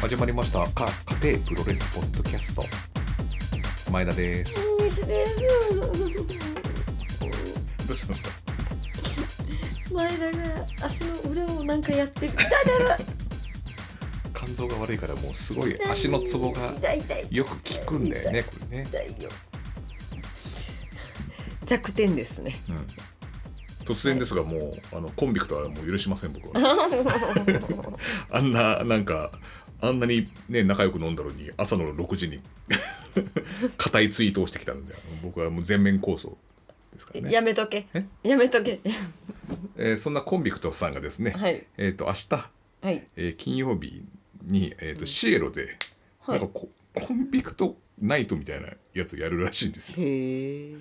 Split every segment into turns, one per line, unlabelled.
始まりましたか家庭プロレスポッドキャスト前田です
西です。
どうしたんですか
前田が足の裏をなんかやってる。痛い
肝臓が悪いからもうすごい足のツボが
痛い痛い
よく効くんだよねこれね、
痛いよ。弱点ですね。
突然ですがもうあのコンビクトはもう許しません僕はあんななんかあんなにね仲良く飲んだのに朝の6時に 固いツイートをしてきたんであの僕はもう全面構想ですからね、
やめとけ
え。
やめとけ。
えーそんなコンビクトさんがですね、
はい
えっ、と明日、
はい。
えー金曜日に、えー、とシエロで、
はい
なんかココンビクトナイトみたいなやつをやるらしいんです よ
へ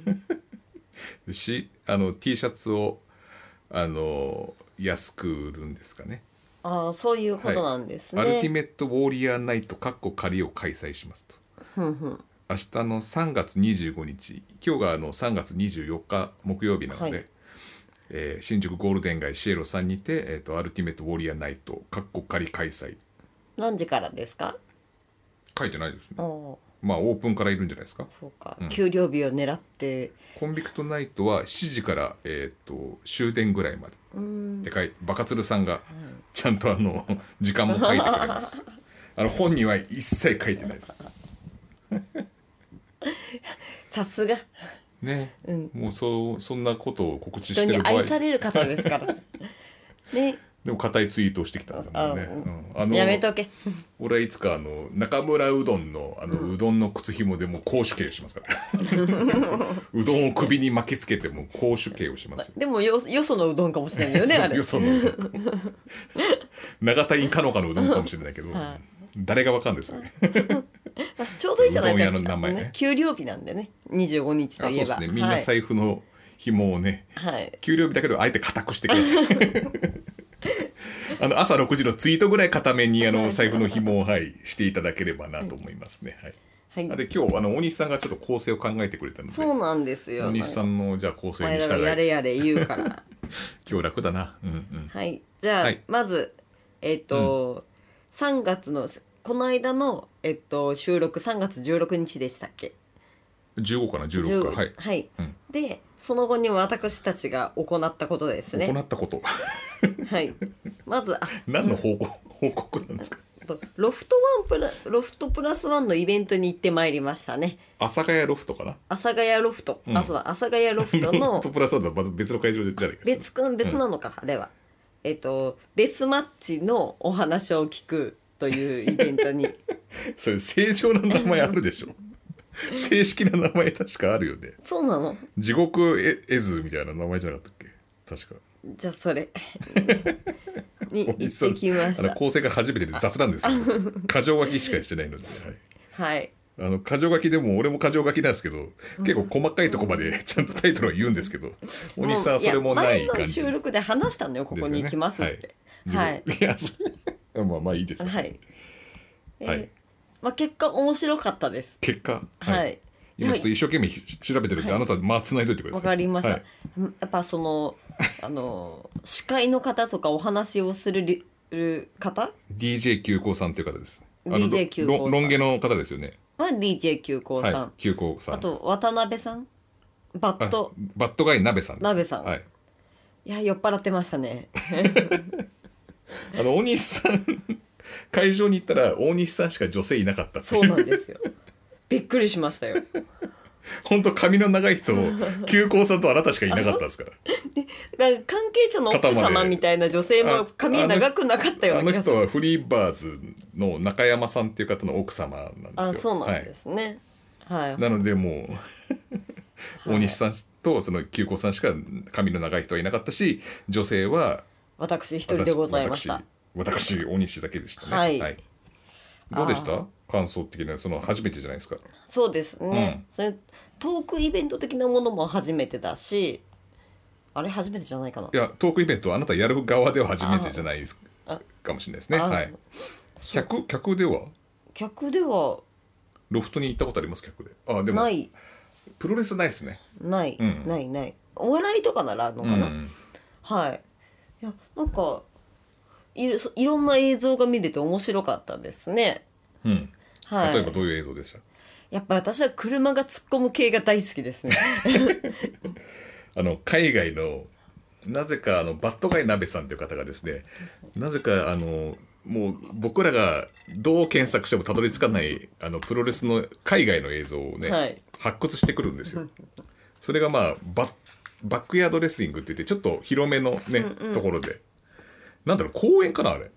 え。
しあの T シャツをあの安く売るんですかね
ああ、そういうことなんですね。
アルティメット・ウォーリアー・ナイトかっこ仮を開催しますと
ふんふん
明日の3月25日今日があの3月24日木曜日なので、
はい
えー新宿ゴールデン街シエロさんにて、えーと「アルティメット・ウォーリアー・ナイトかっこ仮開催
何時からですか。」
書いてないですね
おお
まあオープンからいるんじゃないですか
ー、そうか。給料日を狙って。
コンビクトナイトは7時から、えー、と終電ぐらいまでって書いてバカツルさんがちゃんと あの時間も書いてくれますあの本人は一切書いてないです
さすが。
ね、
うん
もうそうそんなことを告
人
知して
に
る場
愛
合
される方ですから。ね。
でも固いツイートをしてきたんですよね。うんあの
やめとけ。
俺はいつかあの中村うどんのあのうどんの靴紐でもう公主刑をしますから。 うどんを首に巻きつけてもう公主刑をしますよ。
でもよよそのうどんかもしれないよねあ
そう
れ
よそのうどん永田インカノカのうどんかもしれないけど、
は
誰がわかるんですかね。
あちょうどいいじゃないですか
うどん屋の名前ね
給料日なんでね25日
あ
と
そう
いえ
です
ば
ね。みんな財布の紐をね、
はい、はい、
給料日だけどあえて固くしてく ださい。あの朝6時のツイートぐらい固めにあの財布の紐をはいしていただければなと思いますね。はい。
はい
あで今日あの大西さんがちょっと構成を考えてくれたので、
そうなんですよ
大西さんのじゃあ構成
前
に
らが
従
や
い
れやれ言うから
今日楽だな。うんうん。
はいじゃあ、
はい
まずえっ、と、3月のこの間の、えっと、収録3月16日でしたっけ
15かな16
10
かはい。
はい
うん
でその後に私たちが行ったことですね
行ったこと
はいまずあ
何の報告報告なんですか。
とロフトワンプラロフトプラスワンのイベントに行ってまいりましたね
阿佐ヶ谷ロフトかな。
阿佐ヶ谷ロフト、あそうだ阿佐ヶ谷ロフト
ロ
の
フトプラスワンとはまた別の会場じゃないですか。
別くん別なのか、あれはえっ、とデスマッチのお話を聞くというイベント に
それ正常な名前あるでしょ。正式な名前確かあるよね。
そうなの
地獄絵図みたいな名前じゃなかったっけ確か。
じゃあ それに行
大
って
西さん
きま
あ
し
の構成が初めてで雑なんですよ。過剰書きしかしてないので。はい。
たはい
あの箇条書きでも俺も箇条書きなんですけど、結構細かいとこまでちゃんとタイトルは言うんですけど、お兄さんはそれもな
や
い
前
感
の
じ
収録で話したのよここに行きますって
ですよね
は
はいい、いやそれまあまあいいです、
はい、えー
はい
まあ、結果面白かったです
結果
はい、
今ちょっと一生懸命ひ調べてるんで、あなたまあ繋いどいてくださ
わ
い
かりました、
はい
うんやっぱそのあの司会の方とかお話をするりる方
DJ 急行さんという方ですあの
DJ 急行さん
ロロン毛の方ですよね
は DJ 急行さん、
はい急行さん
あと渡辺さんバッ
あ
ト
バッドガイ鍋さんです
鍋さん
はい
いや酔っ払ってましたね
あの大西さん会場に行ったら大西さんしか女性いなかったっていう
そうなんですよ びっくりしましたよ
本当髪の長い人を急行さんとあなたしかいなかったんですから
で関係者の奥
肩ま
様
で
みたいな女性も髪長くなかったよ
あ
うな
の
気がす
人
る
はフリーバーズの中山さんっていう方の奥様なんですよ、
あそうなんですすねはい、
はい、なのでもう大西さんとその久子さんしか髪の長い人はいなかったし女性は
私一人でございました
私私大西だけでしたね
はい
どうでし
あ
た感想的なその初めてじゃないですか
そうですね、
う
それトークイベント的なものも初めてだしあれ初めてじゃないかない
やトークイベントはあなたやる側では初めてじゃないです
あ
かもしれないですね
あ
はい客客では
客では
ロフトに行ったことあります客であでも
ない
プロレスないですね
ない、
うん
ないないお笑いとかならあるのか
う
な、
ん
はいいやなんかいろそいろんな映像が見れて面白かったですね。
うん、
はい、
例えばどういう映像でした
やっぱ私は車が突っ込む系が大好き ですね。
あの海外のなぜかあのバットガイ鍋さんという方がですねなぜかあのもう僕らがどう検索してもたどり着かないあのプロレスの海外の映像をね、
はい
発掘してくるんですよ。それがまあバッバックヤードレスリングって言ってちょっと広めのね、ところでなんだろう公園かなあれ。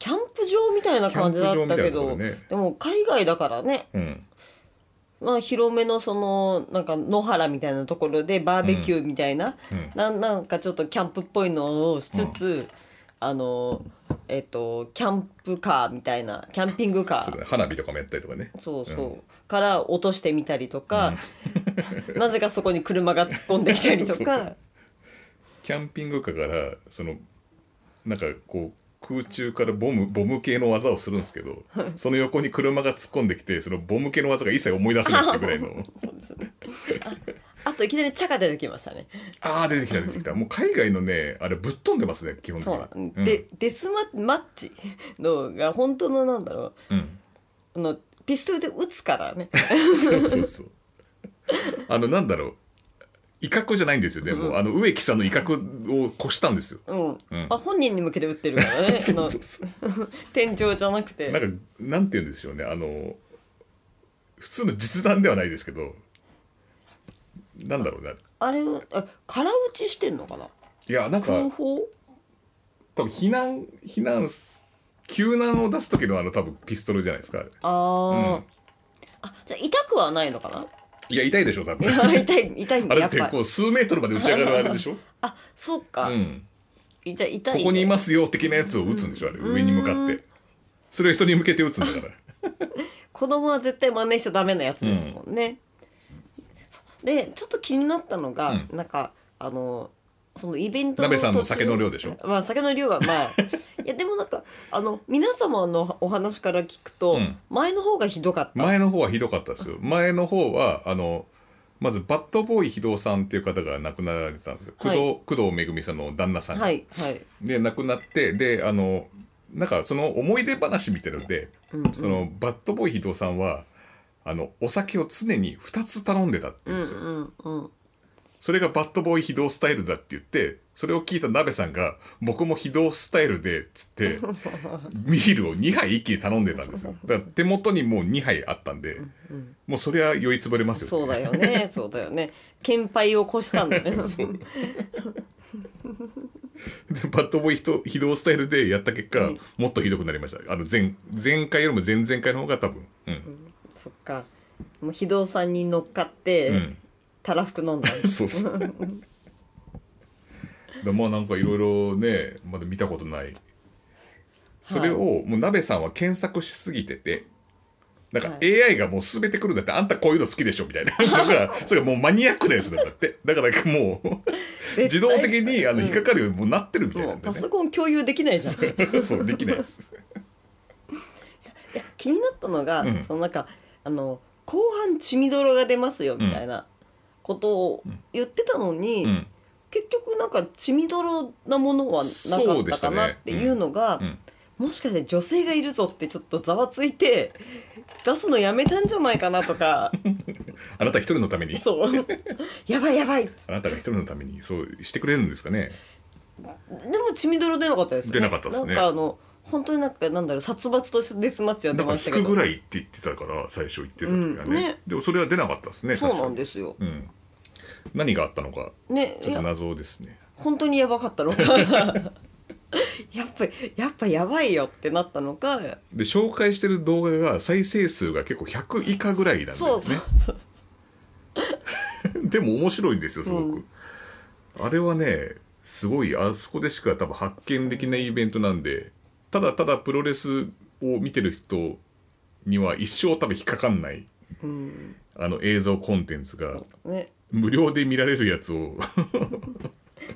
キャンプ場みたいな感じだったけ
キャンプ場
ど、
みたいなとこでね
でも海外だからね、
うん
まあ、広めのそのなんか野原みたいなところでバーベキューみたいな、
うん
ななんかちょっとキャンプっぽいのをしつつ、あのえっ、とキャンプカーみたいなキャンピングカ
そう
ー
だね花火とかもやったりとかね
そうそう、から落としてみたりとか、 なぜかそこに車が突っ込んできたりとか
キャンピングカーからそのなんかこう空中からボムボム系の技をするんですけどその横に車が突っ込んできてそのボム系の技が一切思い出せないってぐらい の
あといきなりチャカ出てきましたね。
ああ出てきた出てきたもう海外のねあれぶっ飛んでますね基本的
そう
に
で、デスママッチのが本当のなんだろ
うんうん
うあのピストルで撃つからね
そうそうそうあのなんだろう威嚇じゃないんですよね、もうあの植木さんの威嚇を越したんですよ
うん、
ん
あ本人に向けて撃ってるから ねその
そうそう
天井じゃなくて
なんかなんて言うんでしょうねあの普通の実弾ではないですけどなんだろうね
あれあ空打ちしてんのかない
やなんか
空砲
多分避難避難す救難を出す時のあの多分ピストルじゃないですか
あー、あじゃあ痛くはないのかない
や痛いでしょ多分
あ痛い痛いん
あ
だ
れ
や
っ
ってぱ
こう数メートルまで打ち上がるあ れでしょ、
あそう
う
か、
ん、
いじゃあ痛い
こ
ね
こにいますよ的なやつを打つんでしょあれ上に向かってそれを人に向けて打つんだから
子供は絶対真似しちゃダメなやつですもんね。でちょっと気になったのが、
う
なんかあのそのイベント
鍋さんの酒の量でしょ
まあ酒の量はま あいやでもなんかあの皆様のお話から聞くと、
うん
前の方がひどかった。
前の方はひどかったですよ前の方はあのまずバッドボーイ非道さんっていう方が亡くなられてたんですよ工藤,、
は
工藤めぐみさんの旦那さんが、
はいはい。
で亡くなってであのなんかその思い出話みたいので、そのバッドボーイ非道さんはあのお酒を常に2つ頼んでたって言
う
うん
ん
ですよ、
うんうん。
それがバッドボーイ非道スタイルだって言ってそれを聞いた鍋さんが「僕も非道スタイルで」っつってビールを2杯一気に頼んでたんですよだから手元にもう2杯あったんで、もうそりゃ酔いつぶれますよ、ね、
そうだよねそうだよ ね。献杯を越したんだよね。
そうでバッドボーイひと非道スタイルでやった結果、
うん
もっとひどくなりましたあの前前回よりも前々回の方が多分うん、
そっか。もう非道さんに乗っかって、
うん、
たらふく飲んだんです。
そうそうでまあなんかいろいろねまだ見たことないそれを、もう鍋さんは検索しすぎててなんか
は
AI がもう全て来るんだって、あんたこういうの好きでしょ みたいなだからそれがもうマニアックなやつなんだってだからもう
対
自動的にあの
うん
引っかかるようにもうなってるみたい
そ
な
うん
だ
パ
よね
ソコン共有できないじゃん。
そうできな いです。
気になったのが、
うん
そのなんかあの後半血みどろが出ますよみたいなことを言ってたのに、
うん、
結局なんか血みどろなものはなか
そう
っ
で
た
し
か
たね
なっていうのが、
うん
もしかして女性がいるぞってちょっとざわついて出すのやめたんじゃないかなと か
あなた一人のために、
そうやばいやばいで
あなたが一人のために、そうしてくれるんですかね。
も血みどろ出なかったですよね
出なかったですね
なんかあの本当になんかなんだろう殺伐としてデスマッチは
な
出
んか
ました
引
け
く
ど
ぐらいって言ってたから、最初言ってた時が
うん
ね,、
ね
でもそれは出なかったですね。。
そうなんですすよ、
うん。何があったのか、
ね
ちょっと謎ですね。
本当にやばかった のかやっぱやっぱやばいよってなったのか
で、紹介してる動画が再生数が結構100以下ぐらいなんですね。
そうそうそう
でも面白いんですよ、すごく。
う
あれはね、すごい、あそこでしか多分発見できないイベントなんで、ただただプロレスを見てる人には一生多分引っかかんない、あの映像コンテンツが、
ね
無料で見られるやつを、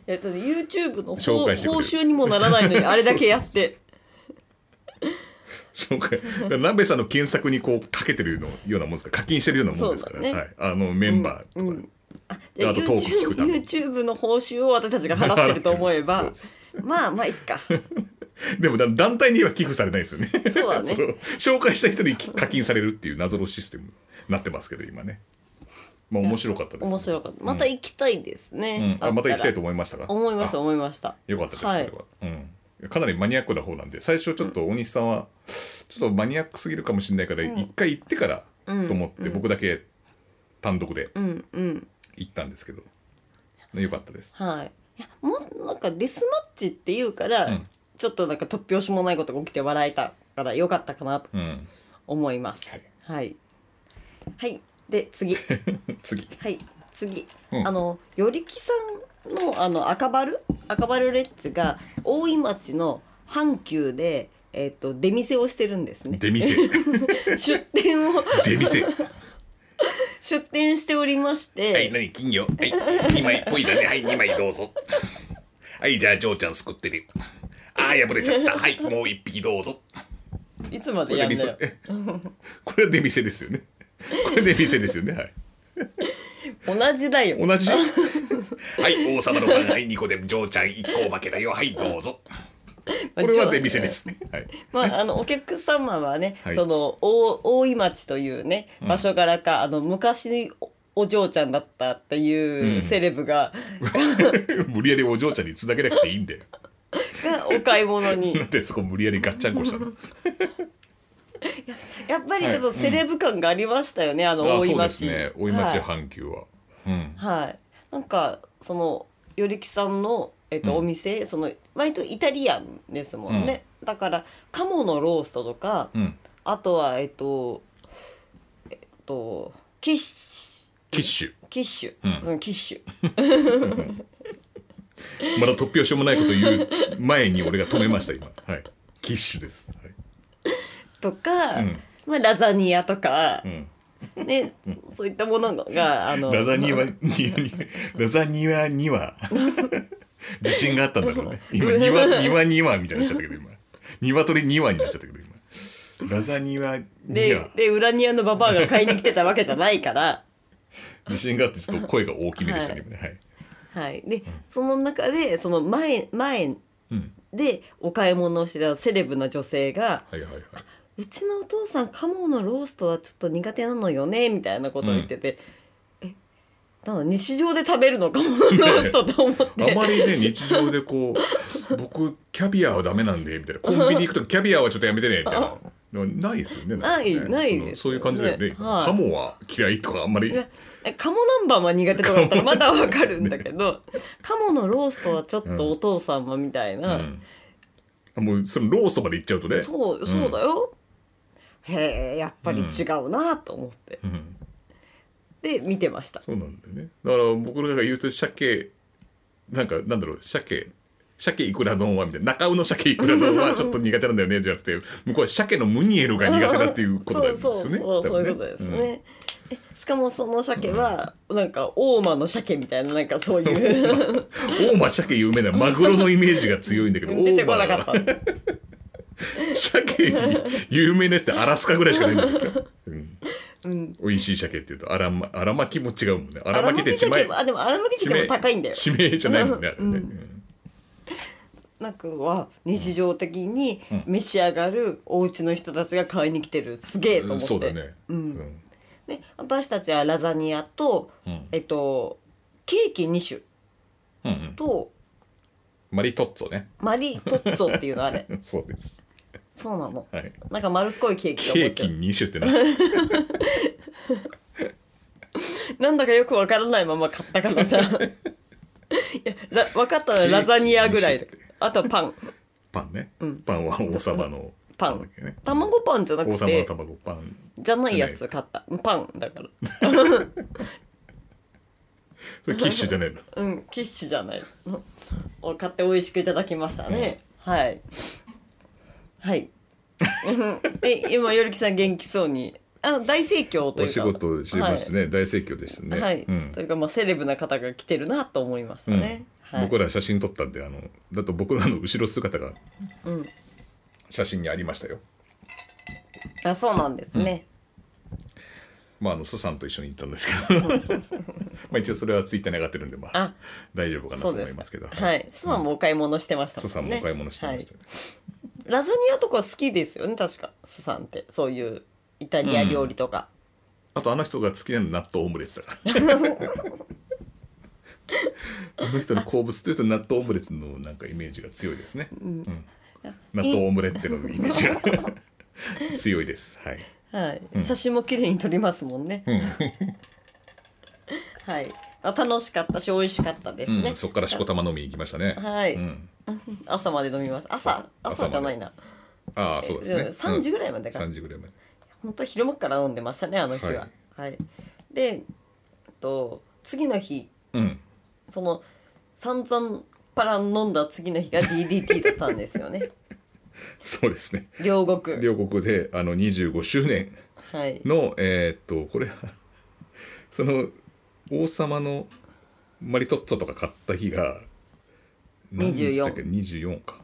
えっと YouTube の
紹
報報
介してくれる
酬にもならないのにあれだけやって
紹介。鍋さんの検索にこうかけてるのようなもんですから、課金してるようなもんですから、
そうだね
はい、あのメンバーとか。
じゃあ
あとトーク聞くため
YouTube, YouTube の報酬を私たちが払ってると思え
払って
ば
ます
まあまあいっか
でもだ団体には寄付されないですよね。
そう だね
紹介した人に課金されるっていう謎のシステムになってますけど今ね。まあ面白かったです。
面白かったまた行きたいですね、
うん、あまた行きたいと
思
思いましたか。
思いました
あ
思いました
よかったです、
はい
それは、うん。かなりマニアックな方なんで最初ちょっと大西さんは、ちょっとマニアックすぎるかもしれないから一、回行ってからと思って、僕だけ単独で
うんうん
行ったんですけど、よかったです。
はいいやもうなんかデスマッチっていうから、
うん
ちょっとなんか突拍子もないことが起きて笑えたからよかったかなと
うん、
思います
はい
はい、はい、で次
次。
はい次、
うん
あのよりきさんのあの赤バル赤バルレッツが大井町の阪急でえっ、と出店をしてるんですね
出店
出店を
出店は
出店しておりまして、
い何金魚はい2枚っぽいだねはい2枚どうぞはいじゃあ嬢ちゃんすくってるあー破れちゃったはいもう1匹どうぞ
いつま
こ
で
れ
や
出
んの
店
よ
え これは出店ですよねこれ出店ですよねはい
同じだよ
同じはい王様の番はい2個で嬢ちゃん1個お化けだよはいどうぞこれは出店ですね はい
まあ、あのお客様はね、
はい
その大大井町というね場所からか、あの昔おお嬢ちゃんだったっていうセレブ が,、
無理やりお嬢ちゃんにつなげなくていいんだよ
がお買い物に
なんでそこ無理やりガッチャンコしたの
やっぱりちょっとセレブ感がありましたよね、あの
あ
大井
そうで
町
すね大井町
はい、
阪急は
はいなんかそのよりきさんの、えっとお店その割とイタリアンですもんね、だから鴨のローストとか、
うん
あとはえっとえっとキッシュ
キッシュ
キッシュ、
うん
そのキッシュ
まだ突拍子もないこと言う前に俺が止めました今はいキッシュです、はい
とか、
うん
まあ、ラザニアとか
う、ん、
ね、そういったものがあの
ラザニアに ラザニアには 自信があったんだろうね今庭庭庭みたいになっちゃったけど今鶏庭になっちゃったけど今ラザニアには
ででウラニアのババアが買いに来てたわけじゃない から、
自信があってちょっと声が大きめでしたけどねはい、
はい、でその中でその前前
うん、
でお買い物をしてたセレブな女性が
はいはいはい
「うちのお父さん鴨のローストはちょっと苦手なのよね」みたいなことを言ってて。えなんだ日常で食べるの鴨のローストと思って
あまりね日常でこう僕キャビアはダメなんでみたいなコンビニ行くとキャビアはちょっとやめてねみたいな。でもないですよね。んかね
ないない
その
です
そういう感じだよね。
ねはい
カモは嫌いとかあんまり。
えカモ南蛮は苦手とかだったらまだわかるんだけど、カモのローストはちょっとお父さんはみたいな、
うん、もうそのローストまで行っちゃうとね。
そうそうだよ、へえやっぱり違うなと思って、
ん
で見てました
そうなんだよね。だから僕らが言うと鮭なんかなんだろう鮭鮭いくら丼はみたいな中尾の鮭いくら丼はちょっと苦手なんだよねじゃなくて向こうは鮭のムニエルが苦手だっていうことなんですよ ね。
そうそうそうそういうことですね、えしかもその鮭はなんか大間の鮭みたいななんかそう いう
大間鮭有名なマグロのイメージが強いんだけど、
出てこなかった
大間鮭に有名なやつってアラスカぐらいしかないんじゃないですか。うん美味しい鮭っていうと荒ま荒巻きも違うもんね。荒巻きって地名
荒巻鮭もあでも荒巻
地
鮭
名
も高いんだよ
地名じゃないもんね。あれね
なんかは日常的に召し上がるお家の人たちが買いに来てるすげえと
う
思
ん
って、
そうだね。うん
で私たちはラザニアと、えっとケーキ2
うんうん
種と
マリトッツォね。
マリトッツォっていうのあれ
そうです。
そうなの、
はい。
なんか丸っこいケーキと思
ケ
っ
ーキ
て
2種ってなんですか
なんだかよくわからないまま買ったから さいやら分かったのはラザニアぐらい
ケー
で
キ二
あとはパン
パンね。パンは王様の
パ
だっ
ン
けね。
卵パンじゃな
王
く
様の
て
卵パン。
じゃないやつ買ったパンだから
それキッシュじゃないの。
うん、キッシュじゃない のを買って美味しくいただきましたね。はい。はい。 え、今、よりきさん元気そうに。あの、大盛況というか。
お仕事しましたね、大盛況でした
は
ね、
い。はい
うん
というか、まあ、セレブな方が来てるなと思いましたね。はい。
僕ら写真撮ったんであのだと僕らの後ろ姿が写真にありましたよ、
あ、そうなんですね。
まああのスさんと一緒に行ったんですけ どまあ一応それはツイッターに上がってるんでまあ
あ
大丈夫かなと
そう
思
で
い
す
ますけど
はい。スさんもお買い物してました
スさんもお買い物してました、
はいラザニアとか好きですよね確かスさんってそういうイタリア料理とか、
あとあの人が好きなの納豆オムレツだから あの人の好物というと納豆オムレツのなんかイメージが強いですね、うん納豆オムレッテのイメージ が強いですはい
はい、写真も綺麗に撮りますもんね、 はいあ楽しかったし美味しかったですね、
うん、そこからしこたま飲みに行きましたね。
はい
うん、
朝まで飲みました朝
朝ま
朝
で
じゃないな
ああ、そうですね。
3時ぐらいまでか
三、時ぐらいまで。
本当昼間から飲んでましたねあの日は
は
はい、でえっと次の日
うん、
その散々パラ飲んだ次の日が DDT だったんですよね
そうですね。
両国
両国で、あの二十五周年
はい
の、えーっと、これは。 その、王様の。マリトッツォとか買った日が。何でしたっけ、二十四か。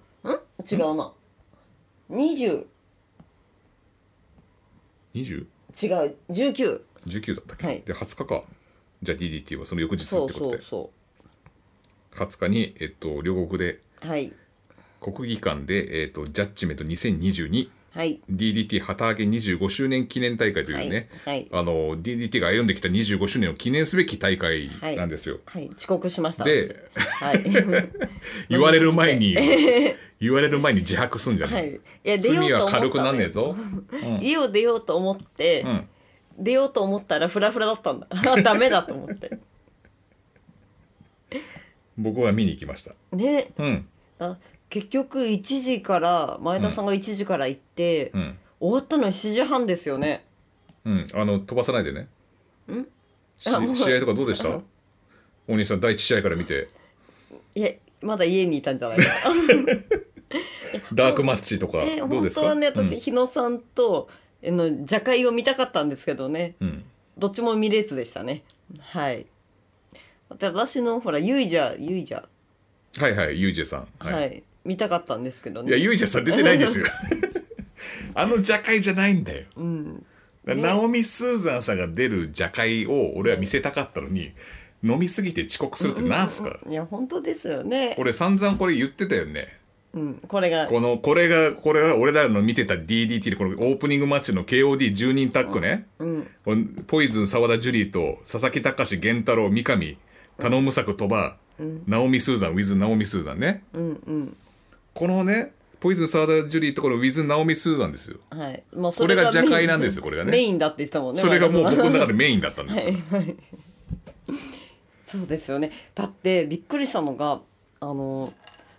違うな20
二十。
違う19
十九だったっけ、
はい
で、二十日か。じゃあ、DDT はその翌日って
そ
こ
うそ
と
う
で。
そ
二十日に、えっと、両国で。
うはい
国技館で、えーっと、ジャッジメント二千二十二。
はい
DDT 旗揚げ25周年記念大会というね、
はい
あの DDT が歩んできた25周年を記念すべき大会なんですよ。
はい遅刻しました
で
私はい
言われる前 に言われる前に自白すんじゃな、
はいいいや出ようと
罪
思
は
った
軽くなんね
の
え
よ
ぞ。
家を出ようと思って、
うん
出ようと思ったらフラフラだったんだ あダメだと思って
僕は見に行きました。
ね
うん
だ結局1時から前田さんが1時から行って、
うん
終わったの7時半ですよね
うんあの飛ばさないでね。し
あもう
試合とかどうでした？大西さん第一試合から見て
いやまだ家にいたんじゃ ないかな
ダークマッチとか
え
どう
本
です
当
か？
はね私、日野さんとあの蛇会を見たかったんですけどね、
うん、うん
どっちも見れずでしたねはいで私のほらゆいじゃゆいじゃ
はいはいユージェさん。
はい、見たかったんですけど
い
ね
や、ゆいちゃんさん出てない ですよ。あの邪界じゃないんだよ。だからナオミ・スーザンさんが出る邪界を俺は見せたかったのに、飲みすぎて遅刻するってなんすか
いや本当ですよね
俺散々これ言ってたよね。
うん、これが
この、これが、これは俺らの見てた DDT で、このオープニングマッチの KOD10 人タッグね。これポイズン、沢田樹里と、佐々木隆、源太郎、三上、頼む作、鳥羽、ナオミ・スーザン、ウィズ・ナオミ・スーザンね。このね、ポイズン、沢田樹里とこのウィズ・ナオミ・スーザンですよ。
はい、もう
これが
メイン
邪界なんですよこれがね
メインだって言ってたもんね
それがもう
前田
僕
さん
の中でメインだったんですよ。
そうですよねだってびっくりしたのがあの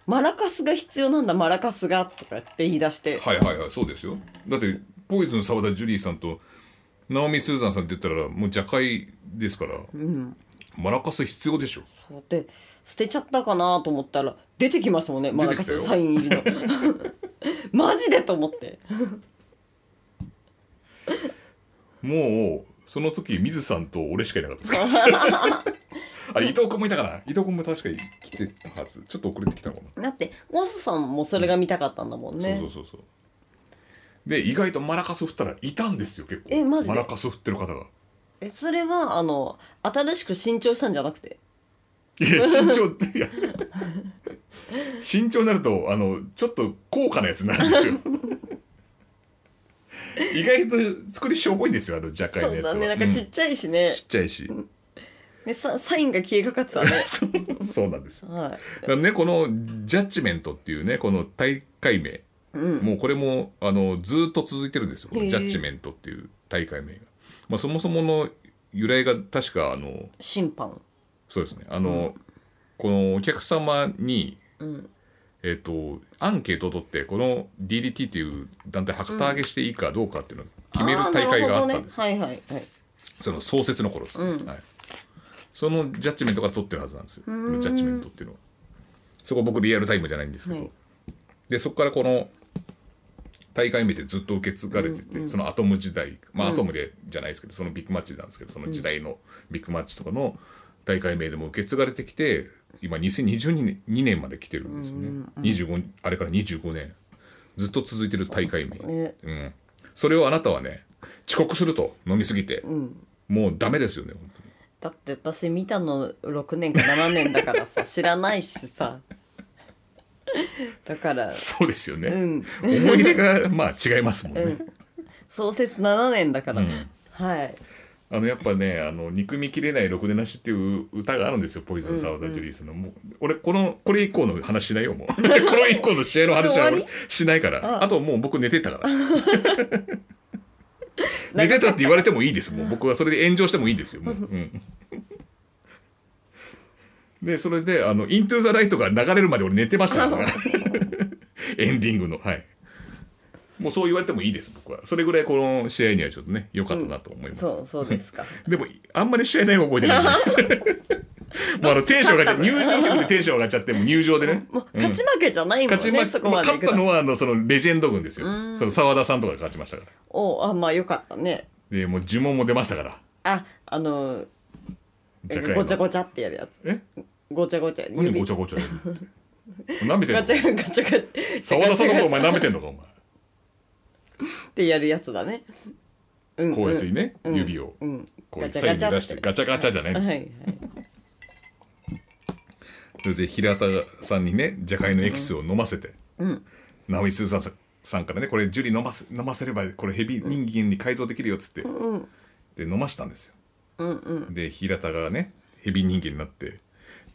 マラカスが必要なんだマラカスがとかって言い出して、
はいはいはいそうですよだってポイズン澤田ジュリーさんとナオミ・スーザンさんって言ったらもう邪界ですから、マラカス必要でしょ
そうで捨てちゃったかなと思ったら出てきましたもんねマラカ
出
ス
てきた
サ
よ
イン入りの マジでと思って
もうその時水さんと俺しかいなかった ですからあれ伊藤君もいたかな伊藤君も確かに来てたはずちょっと遅れてきたのかな、
だってゴスさんもそれが見たかったんだもんね、
そうそうそうそうで意外とマラカス振ったらいたんですよ結構
えマジで
マラカス振ってる方が
えそれはあの新しく新調したんじゃなくて
いや身長っていや身長になるとあのちょっと高価なやつになるんですよ意外と作りしょぼいんですよあの若干
そ
の
う
やつは
だねなんかち
う
っ
ん
ちゃいしね,、
ちっちゃいし
ねササインが消えかかってたね
そうなんですだ
はい
からねこのジャッジメントっていうねこの大会名、もうこれもあのずっと続いてるんですよこ
へ
の
え
ジャッジメントっていう大会名が、まあ、そもそもの由来が確かあの
審判
そうですね。あの、このお客様に、えっ、と、アンケートを取って、この DDT という団体、旗揚げしていいかどうかっていうのを決める大会があったんですよ。
あーなるほどね、はいはいはい
その創設の頃ですね、はい。そのジャッジメントから取ってるはずなんですよ。このジャッジメントっていうのは。そこ僕リアルタイムじゃないんですけど。
はい
で、そこからこの、大会見てずっと受け継がれてて、そのアトム時代、まあ、アトムでじゃないですけど、そのビッグマッチなんですけどその時代のビッグマッチとかの大会名でも受け継がれてきて今2022年2年まで来てるんですよね、25あれから25年ずっと続いてる大会名、
ね
うん、それをあなたはね遅刻すると飲みすぎて、もうダメですよね本当に
だって私見たの6年か7年だからさ知らないしさだから、
そうですよね、
うん
思い出がまあ違いますもんね、
うん、創設7年だから、
うん
はい
あのやっぱねあの憎みきれないろくでなしっていう歌があるんですよポイズンサワダジュリーさんの、もう俺このこれ以降の話しないよもう これ以降の試合の話は
これ終
俺
わ
しないからあ
あ
ともう僕寝てたから 寝てたって言われてもいいですもう僕はそれで炎上してもいいですよもう、うん、でそれで「あのイントゥ・ザ・ライト」が流れるまで俺寝てましたから エンディングのはいもうそう言われてもいいです僕はそれぐらいこの試合にはちょっとね良かったなと思います、
そうそうですか
でも、あんまり試合内容覚え てない。もうあのテンション上がっちゃって、入場曲でテンション上がっちゃって、もう入場でね。
もう
うん
勝ち負けじゃないもんね、
勝ちま
そこ
まあ
まで
勝
行
っ
く
た
と
のは、あの、そのレジェンド軍ですよ。その沢田さんとかが勝ちましたか
おあまあよかったね
ら。で、もう呪文も出ましたから。
ああの
ジャカイの
ごちゃごちゃってやるやつ
え
ごちゃごちゃ
何
指
ごちゃごちゃで。舐めてん
ガ
の
チャガチャガチャ
沢田さんのことお前
ガチャガチ
舐めてんのか、お前。
ャってやるやつだね、うん
こうやってね、
うん
指を
う。ん
こうい
ガ
う
チャガ
左
チャ
に出して、ガチャガチャじゃない
はいはい
それで平田さんにねじゃがいのエキスを飲ませて、直井スーさんさんからねこれジュリ飲ませ飲ませればこれヘビ人間に改造できるよっつって、で飲ましたんですよ、で平田がねヘビ人間になって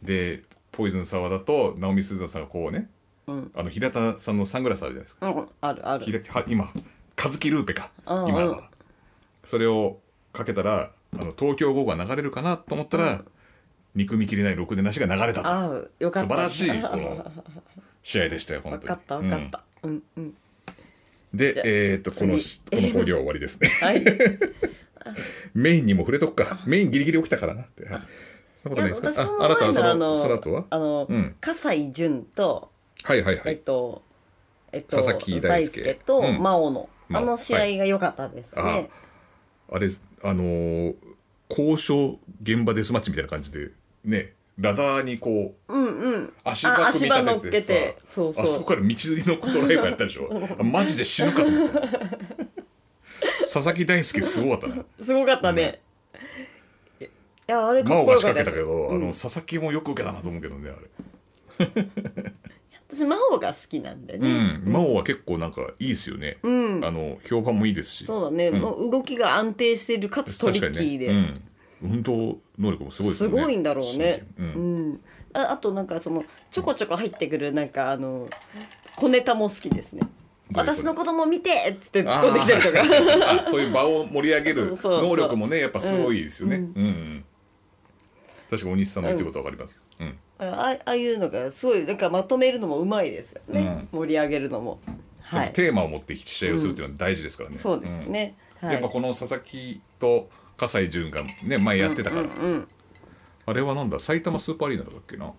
でポイズン沢田と直美スーザンさんがこうね、あの平田さんのサングラスあるじゃないですか
うんあるある
ひらは今カズキルーペか
うんうん
今のはそれをかけたらあの東京5が流れるかなと思ったら、憎みきれないろくでなしが流れたと
ああよかった
素 晴らしいこの試合でしたよ本
分
当に
かった分かった、うん、うん
うんでえーっとこのしこの工業は終わりですね
はい
メインにも触れとく かメインギリギリ起きたからなってはいそんなことないです
私
か
そ
ああなたはそ
前
のその後は
あの、
うん
笠井淳と、
はいはいは
えっ
い
と、えっと、
佐々木大輔
と、
うん
真央の、
真
あ
央
の試合が良かったですね。
はいあれあのー交渉現場デスマッチみたいな感じでねラダーにこう
うんうん。
足場組み
あ足場乗っ
立
け
てて
て
さ
そうそう
あそこから道のドライバーやったで しょあマジで死ぬかと思った佐々木大輔すごかったな
すごかったね。いや、あれ
真
かっ
央
こ
が
よ
仕
かった
掛
です。
けたけど、
う
あの
ん、
佐々木もよく受けたなと思うけどねあれ
私、真央が好きなんで
う
ね。
ん、真央は結構なんかいいですよね、あの評判もいいですし
そうだね、
ん
もう動きが安定してる、かつトリッキーで。
確かにねうん、運動能力もすごいです
す
よね
ごいんだろうね。
神経うん
うんああとなんかそのちょこちょこ入ってくるなんかあの小ネタも好きですね。
どういう小ネタ
私の子供見てっつって突っ込んできたりとか。
あーそういう場を盛り上げる
そうそうそう
能力もねやっぱすごいですよねうん、うん確かにお西さんの言ってることわかります、うん
あ ああいうのがすごいなんかまとめるのもうまいですよね、盛り上げるのも
ちょ
は
っと
い
テーマを持って試合をするっていうのは大事ですからね。
そうですね、
うん。
はい
やっぱこの佐々木と葛西潤がね前やってたから、あれはなんだ埼玉スーパーアリーナだったっけな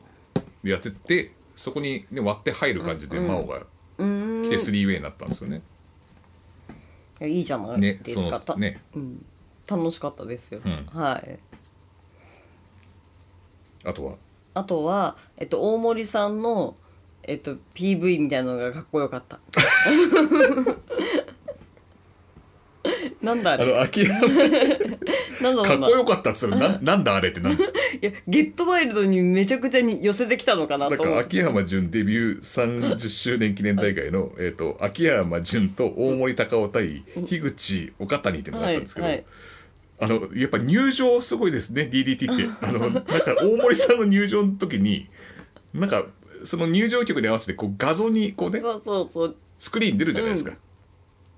でやっててそこに、ね、割って入る感じで真央が来てスリーウェイになったんですよね。
いやいいじゃない
ね
ですか、
そ
た
のね、
楽しかったですよ、
ん
はい
あとは
あとは、えっと、大森さんの、えっと、PV みたいなのがかっこよかった なんだあ
あ
れ
の秋山
なんだ
か
ろ
っ
う
こ
な
よかったっつったらななんだあれってなんですか
いやゲットワイルドにめちゃくちゃに寄せてきたのかな
だ
と
か
思
ら
って
秋山純デビュー30周年記念大会の、えっと秋山純と大森高尾対樋口岡谷っていうのがあったんですけど、
はいはい
あのやっぱ入場すごいですね DDT ってあのなんか大森さんの入場の時になんかその入場曲に合わせてこう画像にこうね
そうそうそう
スクリーン出るじゃないですか、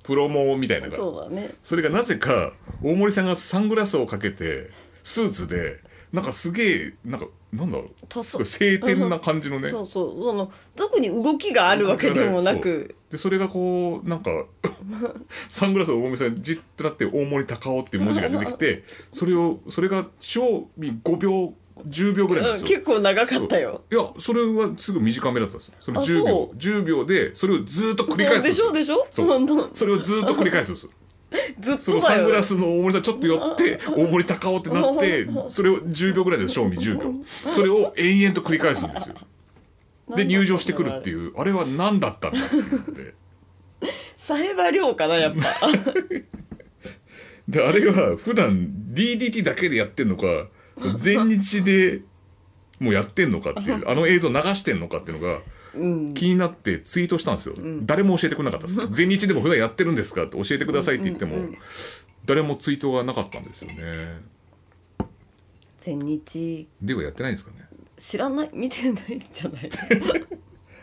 プロモみたいなのが
そうだね
それがなぜか大森さんがサングラスをかけてスーツでなんかすげえなんかなんだろう
塗装
すごい晴天な感じのね、
そうそうその特に動きがあるわけでもなく
そうでそれがこうなんか サングラスを大森さんにじってなって「大森高尾」っていう文字が出てきてそれをそれが賞味5秒10秒ぐらいなん
う
で
ん、
すよ
結、構長かったよ。
いやそれはすぐ短めだったんですよその
あ
10秒
そう
10秒でそれをずーっと繰り返すんよ
そうでしょでしょ
そう
本当
それをずーっと繰り返すんで すよ
ずっ
その
と
サ
だ
ン
よ
グ。ラスの大森さんちょっと寄って大森高尾ってなって それを10秒ぐらいで賞味10秒それを延々と繰り返す んですよで入場してくるって
う。
いうあれは何だったんだっていうので
サイバー量かなやっぱ。
であれが普段 DDT だけでやってんのか 全日でもうやってんのかっていうあの映像流してんのかっていうのが
うん
気になってツイートしたんですよ、誰も教えてくれなかった です全日でも普段やってるんですかって教えてくださいって言っても、誰もツイートがなかったんですよね
全日
ではやってないんですかね
知らない見てないんじゃない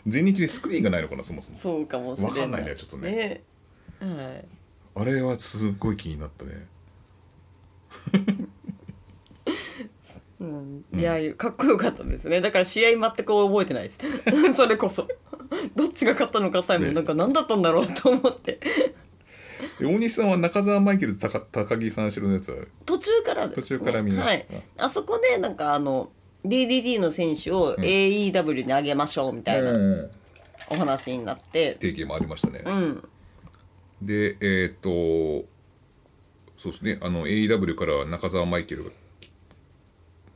全日でスクリーンがないのかなそもそも
そうかもしれない
わかんないねちょっとね
ね
あれはすっごい気になったね
はい、うん、いやかっこよかったですねだから試合全く覚えてないです それこそどっちが勝ったのかさえも
ね
なんか何だったんだろうと思って
え大西さんは中澤マイケルと高高木三四郎のやつは
途中からです、ね、
途中から見ました
はい、あそこでなんかあの DDT の選手を AEW に上げましょうみたいな
うん
お話になって、
提携もありましたね、
うん、
でえっ、とそうですねあの AEW から中澤マイケルが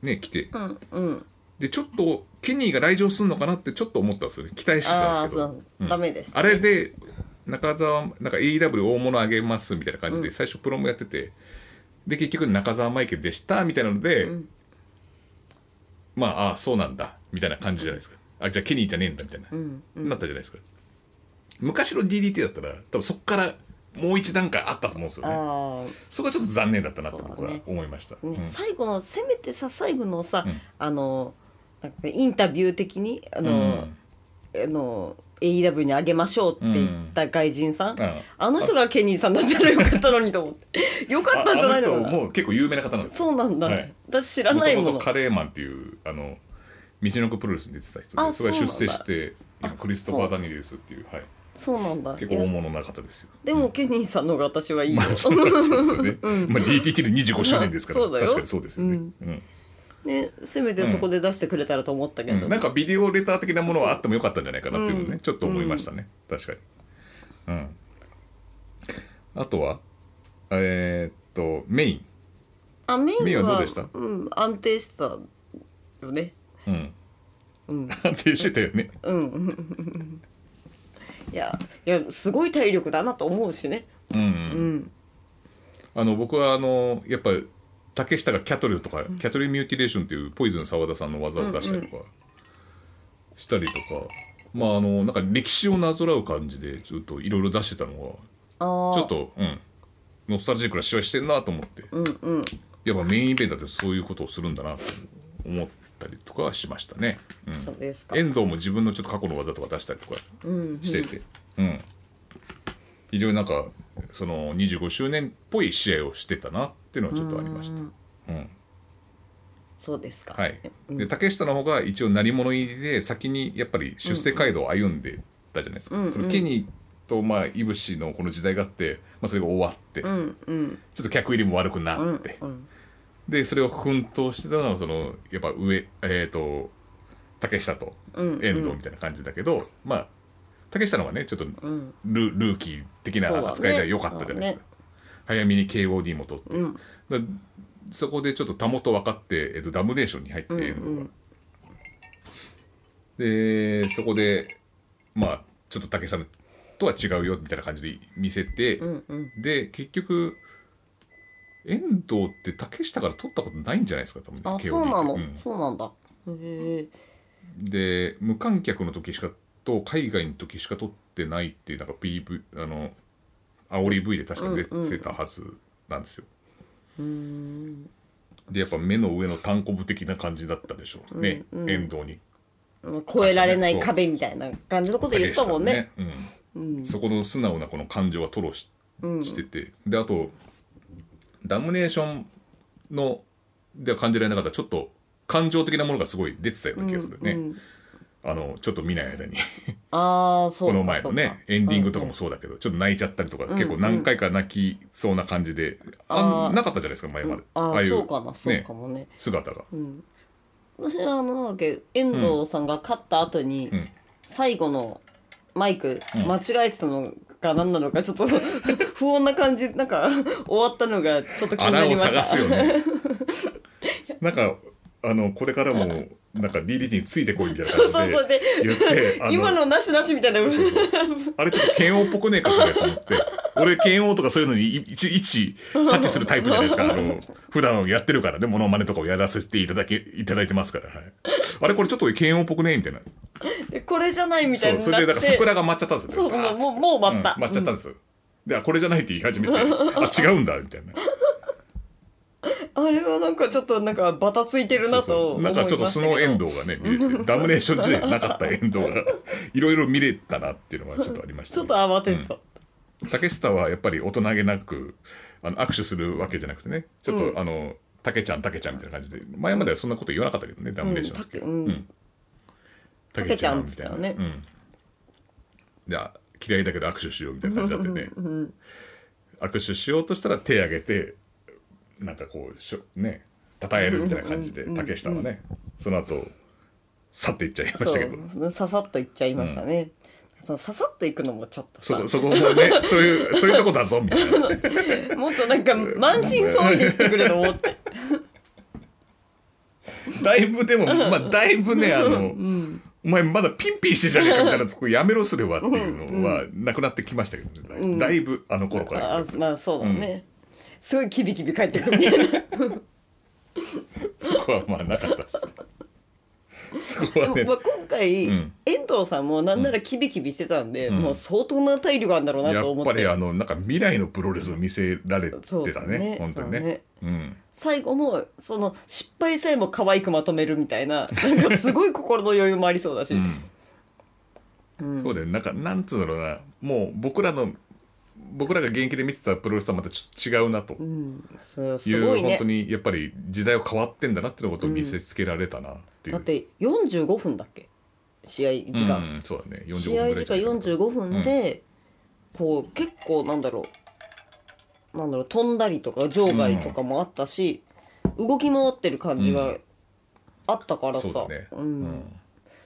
ね来て、
うん、うん、
でちょっとケニーが来場するのかなってちょっと思ったんですよね期待してたん
あ
で
あ
す
そ
けど
う、ダメです、
あれで中澤なんか AEW 大物あげますみたいな感じで最初プロもやってて、で結局中澤マイケルでしたみたいなので、まあああそうなんだみたいな感じじゃないですか、あじゃあケニーじゃねえんだみたいな、なったじゃないですか昔の DDT だったら多分そこからもう一段階あったと思うんですよね
ああ
そこはちょっと残念だったなって僕は
そうだね
思いました、
ね
うん
最後のせめてさ最後のさ、あのなんかねインタビュー的にあの、あの AEW にあげましょうって言った外人さん、
ん
あの人がケニーさんだったらよかったのにと思って よか
あ
ったんじゃな
あ
い
の
の
人
かな
もう結構有名な方なんですよ
そうなんだ、
はい
私知ら
も
ない
と
も
もと
の
カレーマンっていうあの道のくプロレスに出てた人
あ
でそれが
そう
出
なんだ
世して今クリストファー・ダニエルスっていう、はい、
そうなんだ
結構大物な方 ですよ。
でもケニーさんの方が私はいいよ
まあ、そうなんですよね。まあ、DTT で25周年ですから、
そうだよ
確かにそうですよね、うん
ね、せめてそこで出してくれたらと思ったけど、
なんかビデオレター的なものはあってもよかったんじゃないかなっていうのね、ちょっと思いましたね。確かに。うん。あとは、えーっと、メイン。
あメインは
メインはどうでした
うん、安定してたよね
うん。安定してたよね。
いやいやすごい体力だなと思うしね
あの僕はあのやっぱ竹下がキャトルとか、キャトルミューティレーションっていうポイズン澤田さんの技を出したりとかしたりとか、まああのなんか歴史をなぞらう感じでちょっといろいろ出してたの
あ
がちょ
ー
っとうんノスタルジックな試合してんなと思って、やっぱメインイベントってそういうことをするんだなと思ったりとかはしましたね。うん
そうですか
遠藤も自分のちょっと過去の技とか出したりとかしてて、うん非常になんかその25周年っぽい試合をしてたなっていうのはちょっとありました。
そうですか
はい、で竹下の方が一応何者入りで先にやっぱり出世街道を歩んでたじゃないですか、そのケニーとまあいぶしのこの時代があって、まあ、それが終わって、ちょっと客入りも悪くなって、でそれを奮闘してたのはそのやっぱ上えっ、と竹下と遠藤みたいな感じだけど、まあ竹下の方がねちょっとル,、ルーキー
そ
的
うだ
な
ね
扱いが良かったじゃないですか、早めに KOD も取って、だそこでちょっとたもと分かって、えっと、ダムネーションに入って遠藤が、でそこでまあちょっと竹下のとは違うよみたいな感じで見せて、で結局遠藤って竹下から取ったことないんじゃないですか多分
あ
KOD って
そうなの、
ん
そうなんだへえ
で無観客の時しかと海外の時しか撮ってないっていうなんか PV あの煽り V で確か出てたはずなんですよ。でやっぱ目の上の単行部的な感じだったでしょうね、遠藤に
超えられない壁みたいな感じのこと言ってたもんね
でしたねうんそこの素直なこの感情は吐露し,、しててであとダムネーションのでは感じられなかったちょっと感情的なものがすごい出てたような気がするね、あのちょっと見ない間に
ああそうか
この前のねエンディングとかもそうだけど、ちょっと泣いちゃったりとか、結構何回か泣きそうな感じで、あんなかったじゃないですか前まで、
ああ
い
そうかなそうかもね
姿が、
私はあのなんだっけ遠藤さんが勝った後に、
ん
最後のマイク間違えてたのか何なのかちょっと 不穏な感じなんか終わったのがちょっと気に
あ
な
ら
り
を
ま
探
し
す
た
よ ね。なんか、あの、これからも、なんか DDT についてこいみたいな
そうそうそ
感
う
じで
で
言って、あ
今
の、
のなしなしみたいな
あれちょっと剣王っぽくねえかそれと思って。俺、剣王とかそういうのにいいちいち察知するタイプじゃないですか。あの、普段やってるからね、モノマネとかをやらせていただけ、いただいてますから。はい、あれこれちょっと剣王っぽくねえみたいな。
でこれじゃないみたいに
そう
な
それでだ
っ
から
て
桜が舞っちゃったんです
そ
よ
う
ねバーッつって
もうもう舞った
ん舞っちゃったんですよ、であこれじゃないって言い始めてあ違うんだ みたいな
あれはなんかちょっとなんかバタついてるな
そう
と
そう
思いま
な
し
ん
た
か
け
ちょ
ど
っとスノーエンドウがね見れてダムネーション時代になかったエンドウがいろいろ見れたなっていうのがちょっとありました
ち
ね、
ょっと慌てた、
竹下はやっぱり大人げなくあの握手するわけじゃなくてねちょっと、あの竹ちゃん竹ちゃんみたいな感じで前まではそんなこと言わなかったけどね、ダムレーションの時は、
うん竹うん
竹ちゃんみ
竹ち
たい
ゃん
な
っつったらね
うん、であ嫌いだけど握手しようみたいな感じだったよね握手しようとしたら手挙げてなんかこうしょね称えるみたいな感じで竹下はねその後去っていっちゃいまし
そ
たけど
うささっといっちゃいましたね、そのささっといくのもちょっと
そ
さ
こそこもねそういうそういうとこだぞみたいな。
もっとなんか満身創痍で言ってくれと思 って
だいぶでも、まあ、だいぶね、あの、お前まだピンピンしてじゃねえかみたいなとこやめろすればっていうのは、なくなってきましたけどね、だいだいぶあの頃から
あ。まあそうだね、すごいキビキビ帰ってくるみたい な
そこはまあなかったです。そこはね
ま、あ今回、
ん
遠藤さんもなんならキビキビしてたんで、もう相当な体力あるんだろうな
や
と思
っ
って
ぱりあの、なんか未来のプロレスを見せられて
そう
た
だ
ね
ね、
本当にね。
そうだね
うん。
最後もその失敗さえも可愛くまとめるみたいななんかすごい心の余裕もありそうだし、
そうだよ、なんか、なんつうんだろうな、もう僕らの、僕らが現役で見てたプロレスとはまたちょっと違うなと。
そう
い
すご
う
い
本
ね
当にやっぱり時代は変わってんだなっていうことを見せつけられたなっていう、
だって45分だっけ試合時間、
うん、そうだね45
試合
分ぐら
時
いじゃ
間
ないかな
45分で、こう結構なんだろうなんだろう飛んだりとか場外とかもあったし、動き回ってる感じがあったからさ、
そうだね
うん